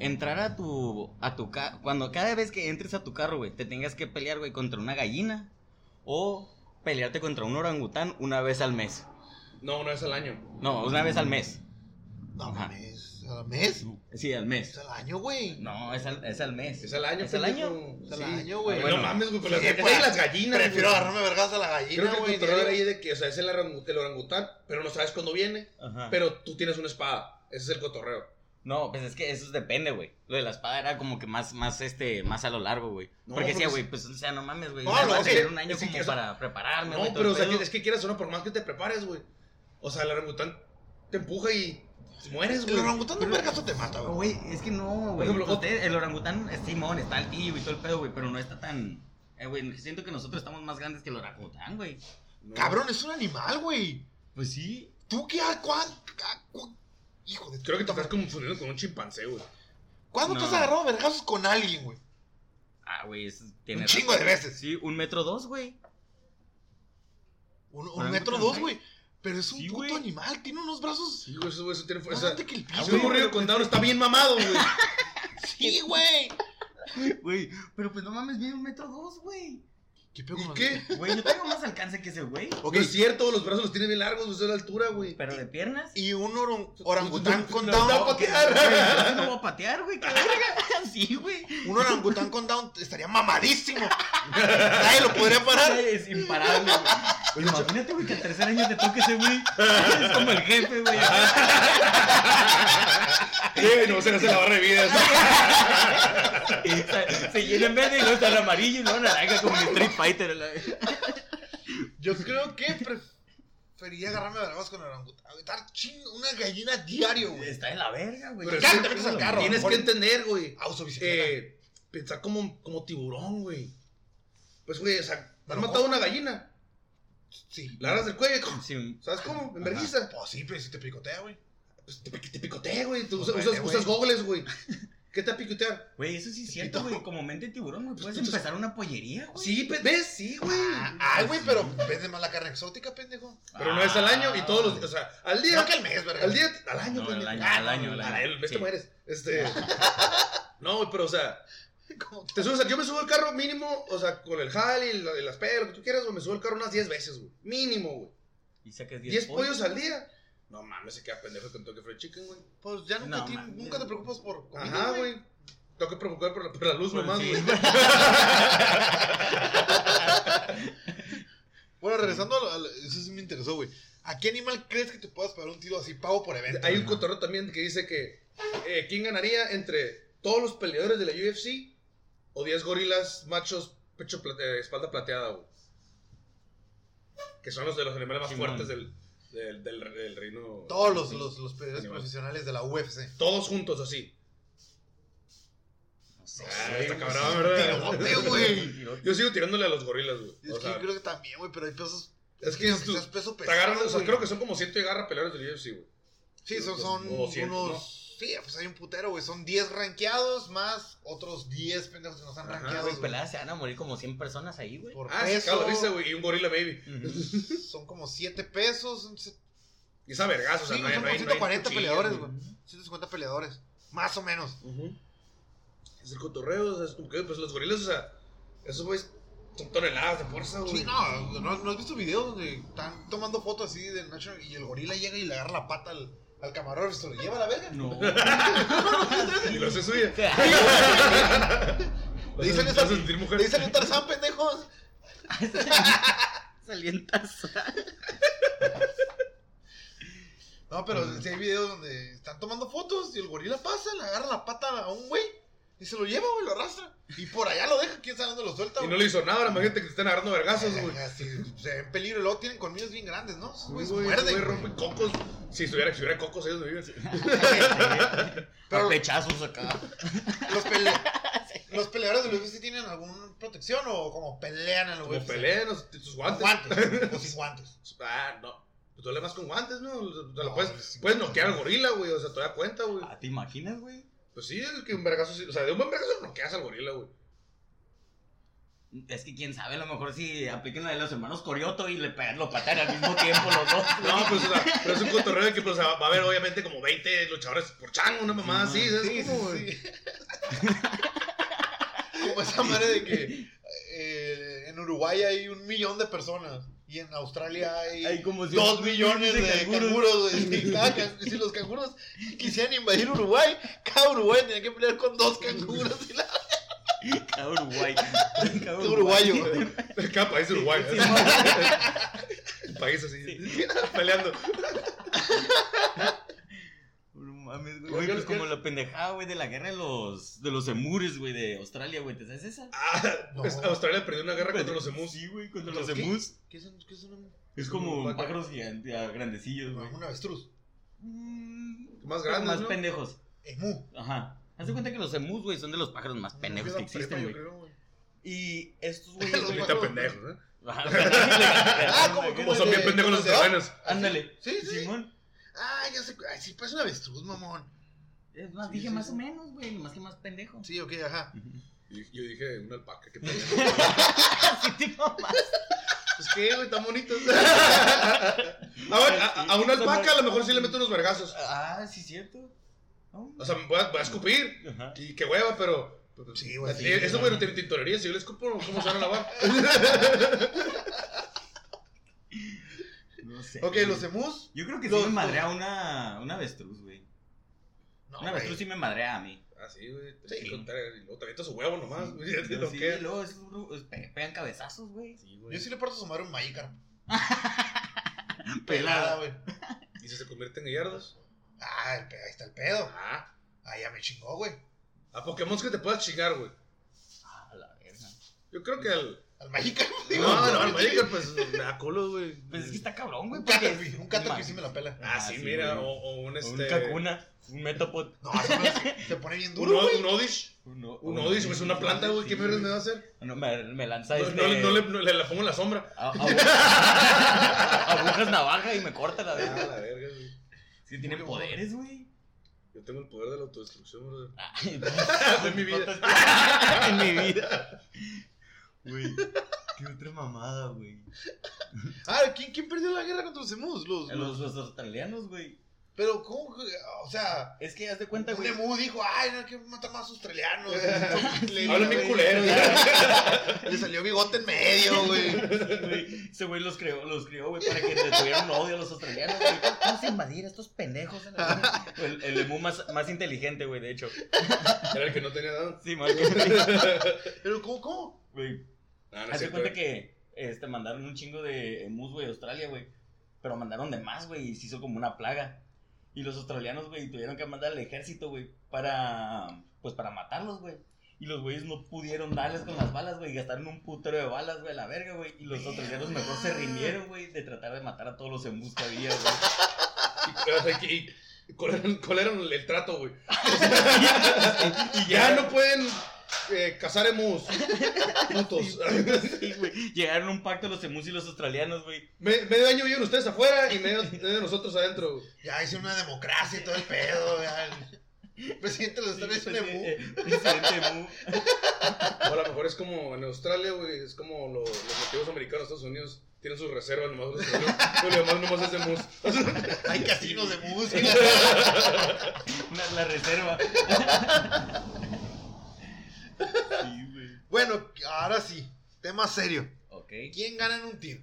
Speaker 3: Entrar a tu a tu ca- cuando cada vez que entres a tu carro, güey, te tengas que pelear, güey, contra una gallina o pelearte contra un orangután una vez al mes.
Speaker 4: No, una vez al año.
Speaker 3: No, una vez al mes.
Speaker 2: No
Speaker 3: Ajá.
Speaker 2: mames, al mes.
Speaker 3: Sí, al
Speaker 2: Es
Speaker 3: mes.
Speaker 2: al año, güey.
Speaker 3: No, es al, es al mes.
Speaker 4: Es al año.
Speaker 3: Es al
Speaker 4: pendejo.
Speaker 3: año.
Speaker 2: Es al
Speaker 4: Sí.
Speaker 2: año, güey.
Speaker 4: No
Speaker 3: Bueno.
Speaker 4: mames, güey, pero
Speaker 2: Sí,
Speaker 4: las-
Speaker 2: pues,
Speaker 4: ey, las gallinas.
Speaker 2: Prefiero
Speaker 4: güey.
Speaker 2: agarrarme a vergas a la
Speaker 4: Creo
Speaker 2: gallina,
Speaker 4: que
Speaker 2: güey.
Speaker 4: el cotorreo era ahí
Speaker 2: diario.
Speaker 4: de que, o sea, es el, orangu- el orangután, pero no sabes cuándo viene.
Speaker 2: Ah.
Speaker 3: Ajá.
Speaker 4: Pero tú tienes una espada. Ese es el cotorreo.
Speaker 3: No, pues es que eso depende, güey. Lo de la espada era como que más, más, este, más a lo largo, güey.
Speaker 4: No,
Speaker 3: porque decía,
Speaker 4: porque
Speaker 3: güey, pues, o sea, no mames, güey.
Speaker 2: No,
Speaker 3: No, no,
Speaker 2: no,
Speaker 3: voy a
Speaker 2: es
Speaker 3: tener
Speaker 4: que-
Speaker 3: un año
Speaker 4: es que
Speaker 3: como
Speaker 4: eso-
Speaker 3: para prepararme, güey.
Speaker 4: No,
Speaker 3: todo
Speaker 4: pero
Speaker 3: el
Speaker 4: o sea,
Speaker 3: pedo.
Speaker 4: que- es que quieras o no, por más que te prepares, güey. O sea, el orangután te empuja y mueres,
Speaker 2: El
Speaker 4: güey.
Speaker 2: orangután de vergazo te mata,
Speaker 3: Pero,
Speaker 2: güey.
Speaker 3: güey, es que no, güey.
Speaker 4: ejemplo,
Speaker 3: Usted- Pues, el orangután es Simón, está el tío y todo el pedo, güey, pero no está tan... Eh, güey, siento que nosotros estamos más grandes que el orangután, güey.
Speaker 4: No.
Speaker 2: Cabrón, es un animal, güey.
Speaker 3: Pues sí.
Speaker 2: ¿Tú qué? a- cuán- a- cu- Hijo de
Speaker 4: Creo que te estás confundiendo con un chimpancé, güey.
Speaker 2: ¿Cuándo te has
Speaker 3: No.
Speaker 2: agarrado a vergazos con alguien, güey?
Speaker 3: Ah, güey, es...
Speaker 2: Un chingo de veces.
Speaker 3: Sí, un metro dos, güey.
Speaker 2: Un, un
Speaker 3: Pero no
Speaker 2: metro
Speaker 3: te
Speaker 2: dos,
Speaker 3: cansai.
Speaker 2: güey. Pero es un
Speaker 5: Sí,
Speaker 2: puto
Speaker 5: güey.
Speaker 2: animal, tiene unos brazos.
Speaker 4: Sí, güey, eso, eso tiene
Speaker 2: Más
Speaker 4: fuerza.
Speaker 2: grande que el
Speaker 4: Ah,
Speaker 2: piso.
Speaker 4: güey, Morrillo con Down está bien mamado, güey.
Speaker 2: Sí, güey.
Speaker 3: Güey, pero pues no mames, mide un metro dos, güey.
Speaker 2: ¿Qué pedo
Speaker 4: ¿Y
Speaker 2: con los-
Speaker 4: qué?
Speaker 3: Güey, yo tengo más alcance que ese güey.
Speaker 4: No es cierto, los brazos los tiene bien largos, no sé la altura, güey.
Speaker 3: Pero de piernas.
Speaker 2: Y un oron- orangután con
Speaker 4: No, no,
Speaker 2: down.
Speaker 4: porque- patear.
Speaker 3: Güey, no voy a patear, güey. qué verga. Sí, güey.
Speaker 2: Un orangután con down estaría mamadísimo. Nadie lo podría parar.
Speaker 3: Es imparable, güey. Imagínate, güey, que al tercer año te toque ese güey. Es como el jefe, güey.
Speaker 4: Eh, no se hace la barra de vida.
Speaker 3: Se- Se llena en verde y luego está el amarillo y luego naranja como el Street Fighter. a la vez.
Speaker 2: Yo creo que preferiría agarrarme a dragas con orangután. Aventar ching una gallina diario, güey.
Speaker 3: Está en la verga, güey.
Speaker 4: Pero
Speaker 2: Ya,
Speaker 4: es que
Speaker 2: te metes al carro.
Speaker 4: Tienes
Speaker 2: Mejor
Speaker 4: que entender, güey.
Speaker 2: A uso bicicleta.
Speaker 4: Eh, pensar como, como tiburón, güey. Pues, güey, o sea,
Speaker 2: Pero
Speaker 4: han matado
Speaker 2: ¿cómo?
Speaker 4: una gallina.
Speaker 2: Sí.
Speaker 4: La agarras del cuello.
Speaker 3: Sí.
Speaker 4: ¿Sabes cómo? En vergüenza.
Speaker 2: Pues sí, pero si te picotea, güey.
Speaker 4: Pues te, pi- te picotea, güey. Tú
Speaker 2: Pues
Speaker 4: usas,
Speaker 2: vete,
Speaker 4: usas,
Speaker 2: güey.
Speaker 4: usas gogles, güey. ¿Qué te va a picotear?
Speaker 3: Güey, eso sí es cierto, güey. Como mente de tiburón, güey. Puedes empezar una pollería, güey.
Speaker 4: Sí, pues, ¿ves? Sí, güey.
Speaker 2: Ay, güey, pero vende más la carne exótica, pendejo.
Speaker 4: Pero no es al año y todos los días. O sea, al día.
Speaker 2: No que al mes, verga.
Speaker 4: Al día, al año,
Speaker 3: No,
Speaker 4: güey.
Speaker 3: al año,
Speaker 4: Ah,
Speaker 3: al año, al
Speaker 4: no,
Speaker 3: año.
Speaker 4: al mes
Speaker 3: Sí.
Speaker 4: te mueres. Este. No, güey, pero o sea,
Speaker 2: Como te-
Speaker 4: te subes al- yo me subo al carro mínimo, o sea, con el jal y la- y las pedas, lo que tú quieras, güey, me subo al carro unas 10 veces, güey. Mínimo, güey.
Speaker 3: Y sacas
Speaker 4: 10 pollos al día. No mames, se queda pendejo con Toque Fried Chicken, güey.
Speaker 2: Pues ya nunca,
Speaker 3: No,
Speaker 2: te,
Speaker 3: man.
Speaker 2: nunca te preocupas por comida,
Speaker 4: Ajá, güey. Tengo que preocupar por la, por la luz
Speaker 3: Pues
Speaker 4: nomás,
Speaker 3: sí.
Speaker 4: güey.
Speaker 2: Bueno, regresando a lo- a lo- eso sí me interesó, güey. ¿A qué animal crees que te puedas pegar un tiro así pago por evento?
Speaker 4: Hay un cotorreo también que dice que eh, ¿quién ganaría entre todos los peleadores de la UFC o 10 gorilas machos pecho pla- eh, espalda plateada, güey? Que son los de los animales más
Speaker 3: Simón.
Speaker 4: fuertes del, del, del, del reino.
Speaker 2: Todos los, los, los peleadores
Speaker 4: Animal.
Speaker 2: profesionales de la UFC.
Speaker 4: Todos juntos, así.
Speaker 3: No sé,
Speaker 4: Ah,
Speaker 3: güey.
Speaker 4: está cabrón, ¿verdad?
Speaker 2: Tirote, güey.
Speaker 4: Yo sigo tirándole a los gorilas,
Speaker 2: Es
Speaker 4: güey. O
Speaker 2: que yo
Speaker 4: sea,
Speaker 2: creo que también, güey, pero hay pesos.
Speaker 4: es que es
Speaker 2: aunque
Speaker 4: tu-
Speaker 2: seas peso
Speaker 4: te
Speaker 2: pesado,
Speaker 4: agarran, o sea,
Speaker 2: güey.
Speaker 4: creo que son como 100 y agarra peleadores del UFC, güey.
Speaker 2: Sí, son, son
Speaker 4: O 200,
Speaker 2: unos. Sí, pues hay un putero, güey. Son 10 rankeados más otros 10 pendejos que no están
Speaker 4: Ajá,
Speaker 3: Ah,
Speaker 2: rankeados.
Speaker 3: güey,
Speaker 2: güey.
Speaker 3: peladas se van a morir como 100 personas ahí, güey.
Speaker 2: Por
Speaker 4: Ah, se
Speaker 2: peso.
Speaker 4: cago de risa, güey. Y un gorila baby.
Speaker 3: Ujú.
Speaker 2: Son como 7 pesos. son se-
Speaker 4: Y esa vergazo, o sea,
Speaker 2: sí,
Speaker 4: no hay-
Speaker 2: son
Speaker 4: no hay-
Speaker 2: como
Speaker 4: no hay
Speaker 2: 140
Speaker 4: cuchillos,
Speaker 2: peleadores,
Speaker 4: güey.
Speaker 2: güey. 150 peleadores. Más o menos.
Speaker 4: Ujú. Es el cotorreo, o sea, es como que pues los gorilas, o sea, esos güeyes son toneladas de fuerza, güey.
Speaker 2: Sí, no, no, ¿no has visto videos donde están tomando fotos así de National y el gorila llega y le agarra la pata al, al camarógrafo y se lo lleva a la verga.
Speaker 3: No.
Speaker 4: Y lo hace suya.
Speaker 2: Le dicen
Speaker 4: eso
Speaker 2: esa-
Speaker 4: a sentir mujer.
Speaker 2: Le dicen un tarzán, pendejos.
Speaker 3: Salientas.
Speaker 2: No, pero sí hay videos donde están tomando fotos y el gorila pasa, le agarra la pata a un güey y se lo lleva, güey, lo arrastra. Y por allá lo deja, quién sabe dónde lo suelta,
Speaker 4: Y
Speaker 2: güey.
Speaker 4: no le hizo nada, ahora imagínate que te están agarrando vergazos, güey.
Speaker 2: Verga, sí, se ven peligro y luego tienen colmillos bien grandes, ¿no? Esos güeyes
Speaker 4: Güey,
Speaker 2: muerden,
Speaker 4: güey,
Speaker 2: güey.
Speaker 4: rompe cocos. Si estuviera, si hubiera cocos, ellos no viven.
Speaker 2: Pero-
Speaker 3: A pechazos acá.
Speaker 2: Los, pele- los peleadores del UFC tienen alguna protección o como pelean en el
Speaker 4: Como
Speaker 2: UFC.
Speaker 4: peleen, los- sus
Speaker 2: Con
Speaker 4: guantes.
Speaker 2: guantes. o sin guantes.
Speaker 4: Ah, no. Pues duele más con guantes, ¿no? O sea, lo
Speaker 2: No,
Speaker 4: puedes,
Speaker 2: sí.
Speaker 4: puedes noquear al gorila, güey. O sea, te da cuenta, güey.
Speaker 3: Ah, ¿Te imaginas, güey?
Speaker 4: Pues sí, es que un vergazo, sí- o sea, de un buen vergazo noqueas al gorila, güey.
Speaker 3: Es que quién sabe, a lo mejor si apliquen la de los hermanos Corioto y le pegan, lo patean al mismo tiempo los dos. güey.
Speaker 4: No, pues, o sea, pero es un cotorreo de que pues, o sea, va a haber obviamente como 20 luchadores por chango, una mamá así, ¿sabes
Speaker 2: Sí,
Speaker 4: cómo,
Speaker 2: sí,
Speaker 4: güey?
Speaker 2: sí. Como esa madre de que eh, en Uruguay hay un millón de personas y en Australia hay,
Speaker 3: Hay como
Speaker 2: dos
Speaker 3: 100
Speaker 2: millones de, canguros. güey. Y cada can- si los canguros quisieran invadir Uruguay, cada Uruguay tenía que pelear con dos canguros. Y la...
Speaker 3: Cada Uruguay. Cada
Speaker 2: Uruguayo.
Speaker 4: Cada país de Uruguay,
Speaker 3: Sí,
Speaker 4: ¿sabes?
Speaker 3: mo-
Speaker 4: Un país así, peleando.
Speaker 3: No mames, güey.
Speaker 4: Oiga,
Speaker 3: Güey, pues
Speaker 4: los
Speaker 3: como
Speaker 4: que-
Speaker 3: la pendejada, güey, de la guerra de los, de los emures, güey, de Australia, güey. ¿Te sabes esa?
Speaker 4: Ah,
Speaker 2: No.
Speaker 4: pues, Australia perdió una guerra contra los emus.
Speaker 3: Sí, güey, contra
Speaker 2: ¿Los
Speaker 3: los
Speaker 2: qué?
Speaker 3: emus.
Speaker 2: ¿Qué son? ¿Qué son?
Speaker 3: Es como pájaros gigantes, ah, grandecillos, güey.
Speaker 2: Un avestruz.
Speaker 3: Mm, pero
Speaker 4: Más grandes,
Speaker 3: Más
Speaker 4: ¿no?
Speaker 3: pendejos.
Speaker 2: Emu.
Speaker 3: Ajá. Haz de cuenta que los emus, güey, son de los pájaros más pendejos que
Speaker 4: Yo era prepa,
Speaker 3: existen,
Speaker 4: yo
Speaker 3: güey.
Speaker 4: creo, güey.
Speaker 3: Y estos
Speaker 2: Los
Speaker 3: güeyes, güey.
Speaker 4: Ahorita pendejos, ¿eh?
Speaker 3: ah,
Speaker 2: como-
Speaker 4: Como
Speaker 2: el
Speaker 4: son
Speaker 2: pues, de-
Speaker 4: bien pendejos los
Speaker 2: ¿de dónde?
Speaker 4: terrenos.
Speaker 3: Ándale.
Speaker 2: Sí, sí.
Speaker 3: Simón.
Speaker 2: Ah, ya sé. Ay, sí, parece un avestruz, mamón.
Speaker 3: Es más,
Speaker 4: Sí,
Speaker 3: dije
Speaker 4: sí,
Speaker 3: más
Speaker 4: sí.
Speaker 3: o menos, güey. Más que más pendejo.
Speaker 2: Sí, ok, ajá.
Speaker 4: Y- Yo dije, una alpaca, ¿qué tal?
Speaker 3: Así tipo más.
Speaker 4: Pues qué, güey, tan bonitos. a ver, Ah, a, a una alpaca a lo mejor sí le meto unos vergazos.
Speaker 3: Ah, sí, cierto. No.
Speaker 4: O sea, me voy a, voy a escupir.
Speaker 3: Ajá.
Speaker 4: Y qué hueva, pero. pues, eh,
Speaker 2: Sí, güey, sí,
Speaker 4: Eso,
Speaker 2: güey.
Speaker 4: güey, no tiene tintorería. Si yo le escupo, ¿cómo se van a lavar?
Speaker 3: No sé.
Speaker 2: Ok,
Speaker 3: güey.
Speaker 2: los emus.
Speaker 3: em-. Yo creo que
Speaker 2: los-
Speaker 3: sí me madrea una, una avestruz, güey.
Speaker 2: No,
Speaker 3: una
Speaker 2: güey.
Speaker 3: avestruz sí me madrea a mí.
Speaker 4: Ah, sí, güey. te
Speaker 2: Sí.
Speaker 4: voy a contar, Y luego te avientas su huevo nomás. güey, ya te
Speaker 3: Pero
Speaker 4: lo
Speaker 3: sí,
Speaker 4: queda.
Speaker 3: luego esos bru- es- pe- pegan cabezazos, güey.
Speaker 4: Sí,
Speaker 2: Yo
Speaker 4: güey.
Speaker 2: sí le parto a su madre un Magikarp.
Speaker 3: Pelada.
Speaker 2: güey.
Speaker 4: ¿Y si se convierten en yardos?
Speaker 2: Ah, el pe- ahí está el pedo.
Speaker 4: Ah.
Speaker 2: Ah, ya me chingó, güey.
Speaker 4: A Pokémon que te puedas chingar, güey.
Speaker 3: A la verga.
Speaker 4: Yo creo que al.
Speaker 2: Al Magikarp. digo,
Speaker 4: No, no,
Speaker 2: güey.
Speaker 4: al Magikarp, pues me da culo, güey.
Speaker 3: Pues es que está cabrón, güey.
Speaker 2: Un
Speaker 3: porque-
Speaker 2: Caterpie. Un Caterpie sí me la pela.
Speaker 4: Ah, sí,
Speaker 3: Ah, sí,
Speaker 4: mira.
Speaker 3: güey.
Speaker 4: O, o un
Speaker 3: O
Speaker 4: este.
Speaker 3: Un cacuna, un metapod.
Speaker 2: No, ese pedo se- se pone bien
Speaker 4: Un,
Speaker 2: duro,
Speaker 4: o-
Speaker 2: güey.
Speaker 4: un Oddish.
Speaker 3: Un,
Speaker 4: Un Oddish, güey. Es una planta, güey. ¿Qué mierda me va a hacer?
Speaker 3: No, me, me lanza
Speaker 4: No,
Speaker 3: este...
Speaker 4: no le- no le, no le la pongo en la sombra.
Speaker 3: a- agujas- agujas navaja y me corta la
Speaker 4: Ah,
Speaker 3: verga.
Speaker 4: la verga, güey.
Speaker 3: Es que tiene poderes, güey.
Speaker 4: Yo tengo el poder de la autodestrucción, brother.
Speaker 3: Ay,
Speaker 4: De mi vida.
Speaker 3: en mi vida. Güey, qué otra mamada, güey.
Speaker 2: Ah, ¿quién, ¿quién perdió la guerra contra los emus? Los,
Speaker 3: Los, los australianos, güey.
Speaker 2: Pero, ¿cómo? que- O sea,
Speaker 3: Es que haz de cuenta,
Speaker 2: un
Speaker 3: Este güey.
Speaker 2: emu dijo, ay, no hay que matar más australianos.
Speaker 4: Hablan bien culero,
Speaker 2: Le salió bigote en medio, güey.
Speaker 3: güey. Ese güey los creó, los crió, güey, para que le tuvieran odio a los australianos, güey. Vamos a invadir a estos pendejos. a la verga. El, el emu más, más inteligente, güey, de hecho.
Speaker 4: Era el que no tenía down.
Speaker 3: Sí, mal que-
Speaker 2: Pero, ¿cómo? ¿Cómo?
Speaker 3: Güey,
Speaker 4: Ah, no es
Speaker 3: haz de
Speaker 4: cierto,
Speaker 3: cuenta
Speaker 4: güey.
Speaker 3: que este, mandaron un chingo de emus, güey, a Australia, güey. Pero mandaron de más, güey, y se hizo como una plaga. Y los australianos, güey, tuvieron que mandar al ejército, güey, para, pues, para matarlos, güey. Y los güeyes no pudieron darles con las balas, güey. y Gastaron un putero de balas, güey, a la verga, güey. Y los australianos mejor se rindieron, güey, de tratar de matar a todos los emus que había, güey.
Speaker 4: Y- o sea, que- y- y ¿Cuál era- cuál era el trato, güey?
Speaker 3: Y
Speaker 4: Ya
Speaker 3: llegaron,
Speaker 4: no pueden eh, cazar emus. Putos.
Speaker 3: sí, güey, llegaron a un pacto los emus y los australianos, güey.
Speaker 4: Me- medio año viven ustedes afuera y medio medio nosotros adentro. güey.
Speaker 2: Ya hice una democracia y todo el pedo. ya. El presidente de los
Speaker 3: Sí,
Speaker 2: Estados Unidos es
Speaker 3: pues,
Speaker 2: un
Speaker 3: eh,
Speaker 2: emu.
Speaker 3: eh, presidente emu.
Speaker 4: O a lo mejor es como en Australia, güey. Es como lo- los nativos americanos de Estados Unidos. Tienen sus reservas nomás. los australianos, Pero lo demás nomás es emus.
Speaker 2: Hay casinos de mus.
Speaker 3: La, la reserva. sí, güey.
Speaker 2: Bueno, ahora sí. Tema serio.
Speaker 3: Ok.
Speaker 2: ¿Quién gana en un tiro?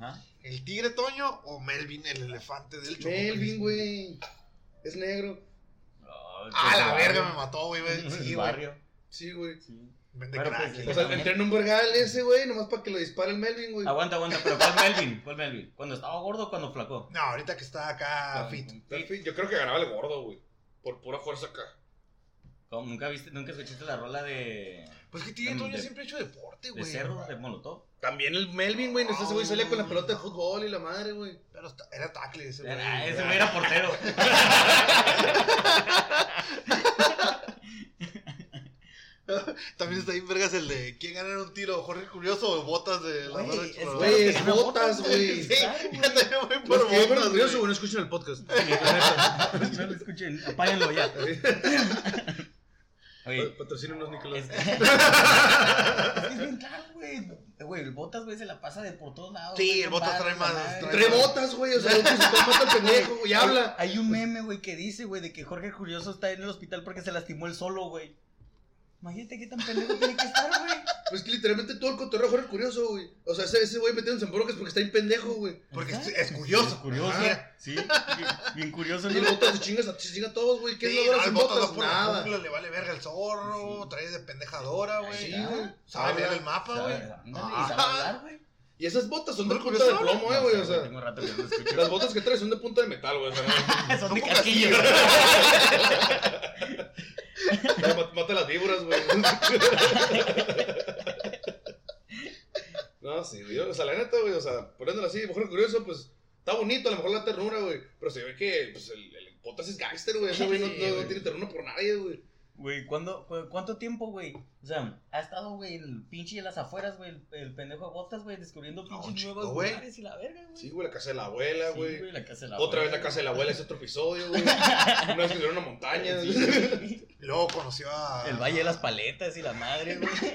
Speaker 3: Ajá.
Speaker 2: ¿El tigre Toño o Melvin, el elefante del choco?
Speaker 4: Melvin, güey. Es negro.
Speaker 3: Pues,
Speaker 2: Ah, la verga, me mató, güey. güey. Sí,
Speaker 3: Sí,
Speaker 2: güey.
Speaker 3: barrio.
Speaker 4: Sí, güey.
Speaker 3: Sí.
Speaker 2: Vende
Speaker 3: Pero,
Speaker 2: crack.
Speaker 3: pues,
Speaker 4: O sea, entré en un vergal ese, güey. Nomás para que lo dispare el Melvin, güey.
Speaker 2: Ah,
Speaker 3: Aguanta, aguanta, pero ¿cuál Melvin? ¿Cuál Melvin? ¿Cuando estaba gordo o cuando flacó?
Speaker 2: No, ahorita que está acá fit.
Speaker 4: En fin, Yo creo que ganaba el gordo, güey. Por pura fuerza acá.
Speaker 3: ¿Cómo? ¿Nunca viste, nunca escuchaste la rola de,
Speaker 2: Pues que Tigre
Speaker 3: Mm,
Speaker 2: Toño
Speaker 3: de-
Speaker 2: siempre ha hecho deporte,
Speaker 3: de
Speaker 2: güey.
Speaker 3: Cerro, de Molotov?
Speaker 4: También el Melvin, güey. No sé, ese güey salía con la pelota de fútbol y la madre, güey.
Speaker 2: Pero está- era tackle ese, güey.
Speaker 3: Ah, ese güey era portero.
Speaker 2: También está ahí, vergas, el de quién gana en un tiro, Jorge Curioso o Botas de la
Speaker 3: Güey,
Speaker 2: barra
Speaker 3: es-
Speaker 2: exploradora.
Speaker 4: Güey, es
Speaker 3: Claro que
Speaker 4: botas, güey.
Speaker 2: Sí,
Speaker 3: claro, güey.
Speaker 2: yo también voy
Speaker 4: Los
Speaker 2: por
Speaker 4: que fueron
Speaker 2: Botas,
Speaker 4: curiosos,
Speaker 2: güey.
Speaker 4: güey, no escuchan el podcast.
Speaker 3: no lo escuchen, apáguenlo ya. Oye,
Speaker 4: Patrocínanos, Nicolás.
Speaker 3: es, es bien claro, güey. Eh, Güey, el Botas, güey, se la pasa de por todos lados.
Speaker 2: Sí,
Speaker 3: güey,
Speaker 2: el Botas
Speaker 3: bar,
Speaker 2: trae
Speaker 3: la
Speaker 2: más-
Speaker 3: madre.
Speaker 4: Tres botas, güey. O sea, un pisotón mata al pendejo, güey. Habla.
Speaker 3: Hay un meme, güey, que dice, güey, de que Jorge Curioso está en el hospital porque se lastimó el solo, güey. Imagínate qué tan pendejo tiene que estar, güey.
Speaker 4: Pues que literalmente todo el cotorreo fuera curioso, güey. O sea, ese ese güey metiéndose en brocas porque está bien pendejo, güey.
Speaker 2: Porque es,
Speaker 3: Ajá.
Speaker 2: es curioso.
Speaker 3: Es curioso.
Speaker 2: Ajá.
Speaker 3: Sí, bien curioso.
Speaker 4: Y el botas se chinga, se chinga a todos, güey. ¿Qué
Speaker 2: Sí,
Speaker 4: es la hora
Speaker 2: al
Speaker 4: sin
Speaker 2: Botas
Speaker 4: botas?
Speaker 2: va por la
Speaker 4: Nada.
Speaker 2: jungla, le vale verga el zorro, trae de pendejadora, güey.
Speaker 3: Sí,
Speaker 2: Ya.
Speaker 3: güey.
Speaker 2: Sabe leer
Speaker 4: Habla.
Speaker 2: el mapa, güey.
Speaker 3: Y sabe hablar, güey.
Speaker 4: Y esas botas son de
Speaker 2: Pero
Speaker 4: punta de
Speaker 2: curioso,
Speaker 4: plomo, eh,
Speaker 3: No
Speaker 4: güey.
Speaker 3: sé,
Speaker 4: O sea,
Speaker 3: Tengo rato que no lo escucho.
Speaker 4: las botas que traes son de punta de metal, güey. O sea,
Speaker 3: Son de
Speaker 2: ¿Cómo
Speaker 3: casquillo.
Speaker 4: mat- mata las víboras, güey. No, sí, güey. O sea, la neta, güey. O sea, poniéndolo así, mejor curioso, pues. Está bonito, a lo mejor la ternura, güey. Pero se ve que pues, el, el botas es gángster, güey. Ese güey no,
Speaker 3: Sí,
Speaker 4: no- no
Speaker 3: güey.
Speaker 4: tiene ternura por nadie, güey.
Speaker 3: Güey, ¿cuándo- cu- ¿cuánto tiempo, güey? O sea, ha estado, güey, el pinche de las afueras, güey, el, el pendejo de botas, güey, descubriendo
Speaker 2: No,
Speaker 3: pinches
Speaker 2: chico,
Speaker 3: nuevos
Speaker 2: güey.
Speaker 3: lugares y la verga, güey.
Speaker 4: Sí, güey, la casa de la abuela,
Speaker 3: Sí,
Speaker 4: güey.
Speaker 3: la casa de la
Speaker 4: Otra vez
Speaker 3: abuela,
Speaker 4: la casa de la abuela es otro episodio, güey. Una vez que subieron una montaña.
Speaker 3: Sí.
Speaker 2: Y Luego conoció a.
Speaker 3: El Valle de las Paletas y la madre, güey.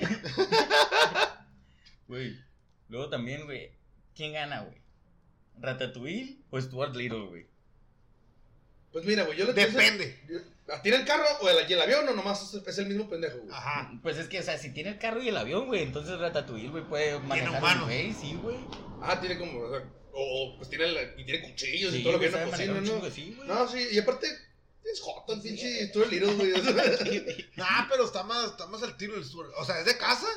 Speaker 3: Güey. Luego también, güey. ¿Quién gana, güey? ¿Ratatouille o Stuart Little, güey?
Speaker 4: Pues mira, güey, yo le
Speaker 2: Depende.
Speaker 4: ¿A tira el carro o el, y el avión o nomás es el mismo pendejo, güey?
Speaker 2: Ajá.
Speaker 3: Pues es que, o sea, si tiene el carro y el avión, güey, entonces Ratatouille, güey, puede manejar el
Speaker 2: humanos.
Speaker 3: güey, sí, güey.
Speaker 4: Ah, tiene como. O, sea, o- o, pues tiene, la- y tiene cuchillos
Speaker 3: Sí,
Speaker 4: y todo lo que
Speaker 3: güey,
Speaker 4: es una
Speaker 3: sabe manejar
Speaker 4: cocina,
Speaker 3: un chingo,
Speaker 4: ¿no?
Speaker 3: sí, güey.
Speaker 4: No, sí, y aparte. Es joto el pinche Stuart Little, güey. o sea,
Speaker 2: Nah, pero está más, está más al tiro el sur. O sea, es de casa,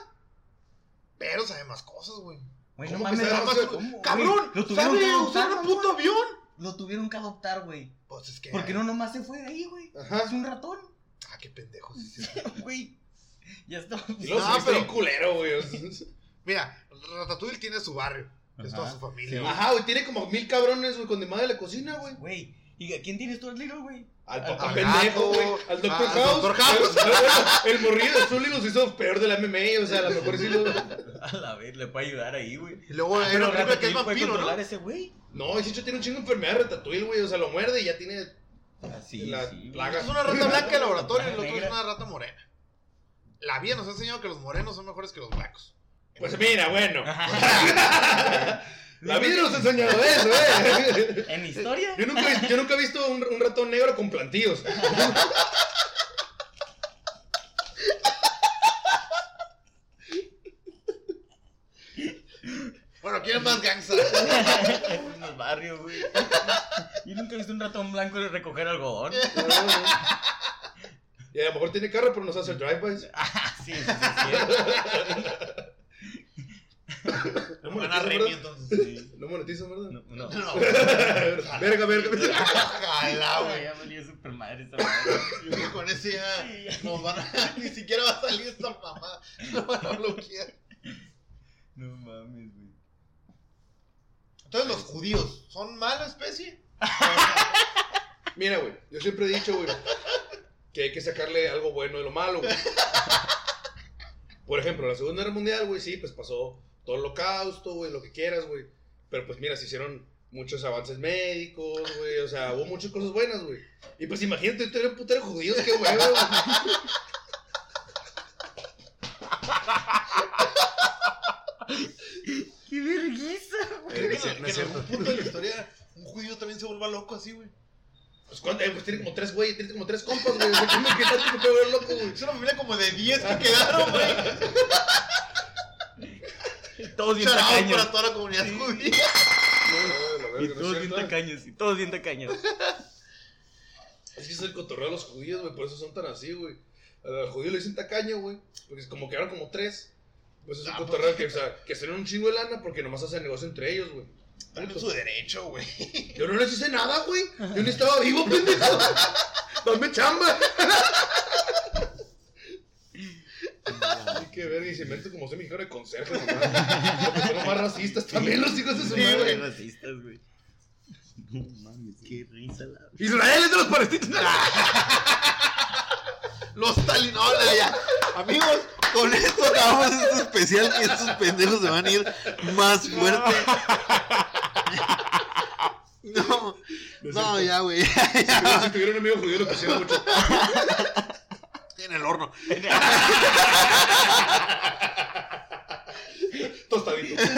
Speaker 2: pero sabe más cosas, güey.
Speaker 3: Güey,
Speaker 2: ¿Cómo
Speaker 3: no
Speaker 2: que
Speaker 3: mames,
Speaker 2: sabe
Speaker 3: no,
Speaker 2: más
Speaker 3: güey,
Speaker 2: cosas?
Speaker 3: ¿cómo, güey?
Speaker 2: ¡Cabrón!
Speaker 3: Lo tuvieron que
Speaker 2: ¡Sabe
Speaker 3: adoptar,
Speaker 2: usar un
Speaker 3: güey.
Speaker 2: puto avión!
Speaker 3: Lo tuvieron que adoptar, güey.
Speaker 2: Pues es que.
Speaker 3: Porque no nomás se fue de ahí, güey.
Speaker 4: Ajá.
Speaker 3: Es un ratón,
Speaker 2: Ah, qué pendejo. sí, sí.
Speaker 3: güey. Ya está.
Speaker 4: Y luego
Speaker 2: No,
Speaker 4: no, pero...
Speaker 2: pero-
Speaker 4: un culero, güey. o sea,
Speaker 2: Mira, Ratatouille tiene su barrio. Es
Speaker 3: Ajá.
Speaker 2: toda su familia.
Speaker 3: Sí.
Speaker 2: güey.
Speaker 4: Ajá, güey, tiene como mil cabrones, güey, con demás de la cocina, güey.
Speaker 3: Güey, ¿y a quién tienes tú el libro, güey?
Speaker 4: Al
Speaker 3: Ah,
Speaker 4: papá
Speaker 2: al
Speaker 4: pendejo,
Speaker 2: gato,
Speaker 4: güey. Al Dr.
Speaker 2: al
Speaker 4: House.
Speaker 2: Dr. House.
Speaker 4: Pero, pero, El, morrillo de Zully los hizo peor de la MMA, o sea, a lo mejor sí lo.
Speaker 3: A la vez, le puede ayudar ahí, güey.
Speaker 2: Y luego
Speaker 3: Ah,
Speaker 2: era un
Speaker 3: Ratatouille
Speaker 2: hombre que es
Speaker 3: puede
Speaker 2: vampiro,
Speaker 3: controlar
Speaker 2: ¿no?
Speaker 3: ese güey?
Speaker 4: No, el Chicho tiene un chingo de enfermedad Ratatouille, güey. O sea, lo muerde y ya tiene.
Speaker 3: Así,
Speaker 4: La
Speaker 3: Ah, sí. güey.
Speaker 4: plaga.
Speaker 2: Es una rata blanca de laboratorio y el
Speaker 3: Rata
Speaker 2: otro es
Speaker 3: negra.
Speaker 2: una rata morena. La vida nos ha enseñado que los morenos son mejores que los blancos.
Speaker 4: Pues mira, bueno. La vida nos ha enseñado eso, eh.
Speaker 3: ¿En historia?
Speaker 4: Yo nunca, he- yo nunca he visto un, un ratón negro con plantíos.
Speaker 2: Bueno, ¿quién es más gangsta?
Speaker 3: en el barrio, güey. Yo nunca he visto un ratón blanco recoger algodón.
Speaker 4: No, no. Y a lo mejor tiene carro, pero nos hace el pues. drive-by.
Speaker 3: Ah, sí, sí, sí, sí.
Speaker 4: No
Speaker 2: Me van a
Speaker 4: monetiza,
Speaker 2: reír
Speaker 4: ¿verdad?
Speaker 2: entonces.
Speaker 3: sí.
Speaker 4: No monetiza, ¿verdad?
Speaker 3: No, no.
Speaker 2: No.
Speaker 4: Verga, verga.
Speaker 2: Ojalá, güey.
Speaker 3: Ah, ya valió super madre esta madre.
Speaker 2: Yo creo que con ese ya
Speaker 3: Sí, ya.
Speaker 2: nos van a. Ni siquiera va a salir esta mamá. No van a bloquear.
Speaker 3: No mames, güey.
Speaker 2: Entonces, los judíos, ¿son mala
Speaker 4: Eh,
Speaker 2: especie?
Speaker 4: Mira, güey, yo siempre he dicho, güey, que hay que sacarle algo bueno de lo malo, güey. Por ejemplo, la Segunda Guerra Mundial, güey, sí, pues pasó todo el holocausto, güey, lo que quieras, güey. Pero pues mira, se hicieron muchos avances médicos, güey, o sea, hubo muchas cosas buenas, güey. Y pues imagínate, tú eres putero judíos, qué huevo, güey.
Speaker 3: ¡Qué vergüenza, güey!
Speaker 2: Creo que,
Speaker 4: no es
Speaker 2: en- que en
Speaker 4: cierto.
Speaker 2: algún punto de la historia, un judío también se vuelva loco así, güey.
Speaker 4: Pues, ¿cuánto? Eh, pues tiene como tres, güey, tiene como tres compas, güey. O sea, ¿cómo que tanto que puede ver loco, güey?
Speaker 2: Es una familia como de 10 que quedaron, güey.
Speaker 3: Todos bien
Speaker 2: Charado
Speaker 3: tacaños.
Speaker 2: para toda la comunidad judía.
Speaker 4: No, no, la
Speaker 3: Y
Speaker 4: verga, no es
Speaker 3: todos bien
Speaker 4: cierto.
Speaker 3: tacaños. Y todos bien tacaños.
Speaker 4: Es que es el cotorreo de los judíos, güey, por eso son tan así, güey. Al judío le dicen tacaño, güey, porque es como quedaron como tres. Pues es un
Speaker 2: Ah,
Speaker 4: cotorreo
Speaker 2: pues.
Speaker 4: que, o sea, que se den un chingo de lana porque nomás hacen negocio entre ellos, güey.
Speaker 2: Están en su derecho, güey.
Speaker 4: Yo no les hice nada, güey. Yo ni estaba vivo, pendejo. Dame chamba. Ay, qué verga, y se mete como se me dijeron de conserje, mamá. Porque son los más racistas también los hijos de su
Speaker 3: Sí, güey,
Speaker 4: madre.
Speaker 3: racistas, güey. No mames, qué risa la.
Speaker 4: Israel es de los palestinos.
Speaker 2: Los talinola ya. Amigos, con esto acabamos este especial que estos pendejos se van a ir más fuerte. No, no, ya, güey.
Speaker 4: Si tuviera un amigo judío lo quisiera mucho.
Speaker 2: En el horno.
Speaker 4: Tostadito.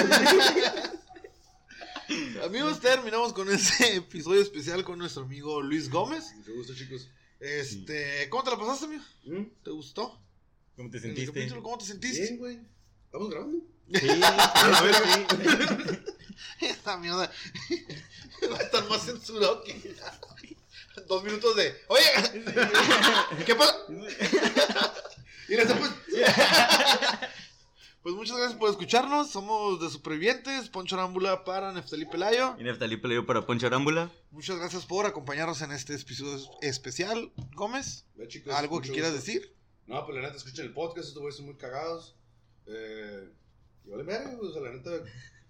Speaker 2: Amigos, terminamos con ese episodio especial con nuestro amigo Luis Gómez.
Speaker 4: Mucho gusto, chicos.
Speaker 2: Este, ¿cómo te la pasaste, amigo?
Speaker 4: ¿Mm?
Speaker 2: ¿Te gustó?
Speaker 3: ¿Cómo te
Speaker 2: ¿En el
Speaker 3: sentiste?
Speaker 2: capítulo ¿Cómo te
Speaker 4: Bien,
Speaker 2: sentiste?
Speaker 4: güey. Estamos grabando.
Speaker 3: Sí, a ver, sí.
Speaker 2: Esta mierda va a estar más censurado que dos minutos de. Oye, ¿qué pasa?
Speaker 4: Mira, ese, pues.
Speaker 2: Pues muchas gracias por escucharnos. Somos de Supervivientes, Poncho Arámbula para Neftalí Pelayo.
Speaker 3: Y Neftalí peleó para Poncho Arámbula.
Speaker 2: Muchas gracias por acompañarnos en este episodio especial. Gómez,
Speaker 4: Ve, chicos,
Speaker 2: ¿algo que
Speaker 4: mucho
Speaker 2: quieras
Speaker 4: gusto.
Speaker 2: decir?
Speaker 4: No, pues la neta, escuchen el podcast. Estos güeyes son muy cagados. Eh. Y vale verga, güey. O sea, la neta.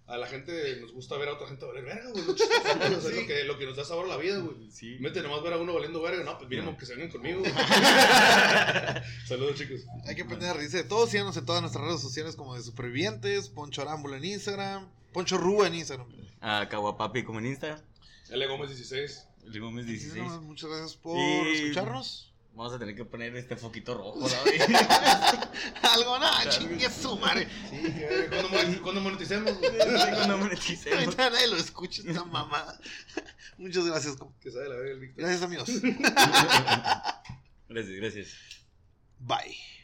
Speaker 4: A la gente nos gusta ver a otra gente valer verga, güey. Lo chistoso, güey, o sea,
Speaker 2: Sí.
Speaker 4: lo, que, lo que nos da sabor a la vida, güey.
Speaker 3: Sí.
Speaker 4: Mete nomás ver a uno valiendo verga. No, pues mínimo que se vengan conmigo. güey. Saludos, chicos.
Speaker 2: Hay que aprender a reírse de todos. Síganos en todas nuestras redes sociales como de Supervivientes, Poncho Arámbula en Instagram, Poncho Rúa en Instagram.
Speaker 3: A Caguapapi como en Insta.
Speaker 4: L. Gómez 16.
Speaker 3: El Gómez
Speaker 2: Sí,
Speaker 3: 16.
Speaker 2: no, Muchas gracias por
Speaker 3: Y-
Speaker 2: escucharnos.
Speaker 3: Vamos a tener que poner este foquito rojo, ¿no?
Speaker 2: Algo, no, chingue su madre.
Speaker 4: Sí, que- cuando mon- cuando moneticemos, güey.
Speaker 3: Cuando moneticemos.
Speaker 2: Ahorita nadie lo escucha esta mamada. Muchas gracias. compa.
Speaker 4: Que sabe la verga el Víctor.
Speaker 2: Gracias, amigos.
Speaker 3: Gracias, gracias.
Speaker 2: Bye.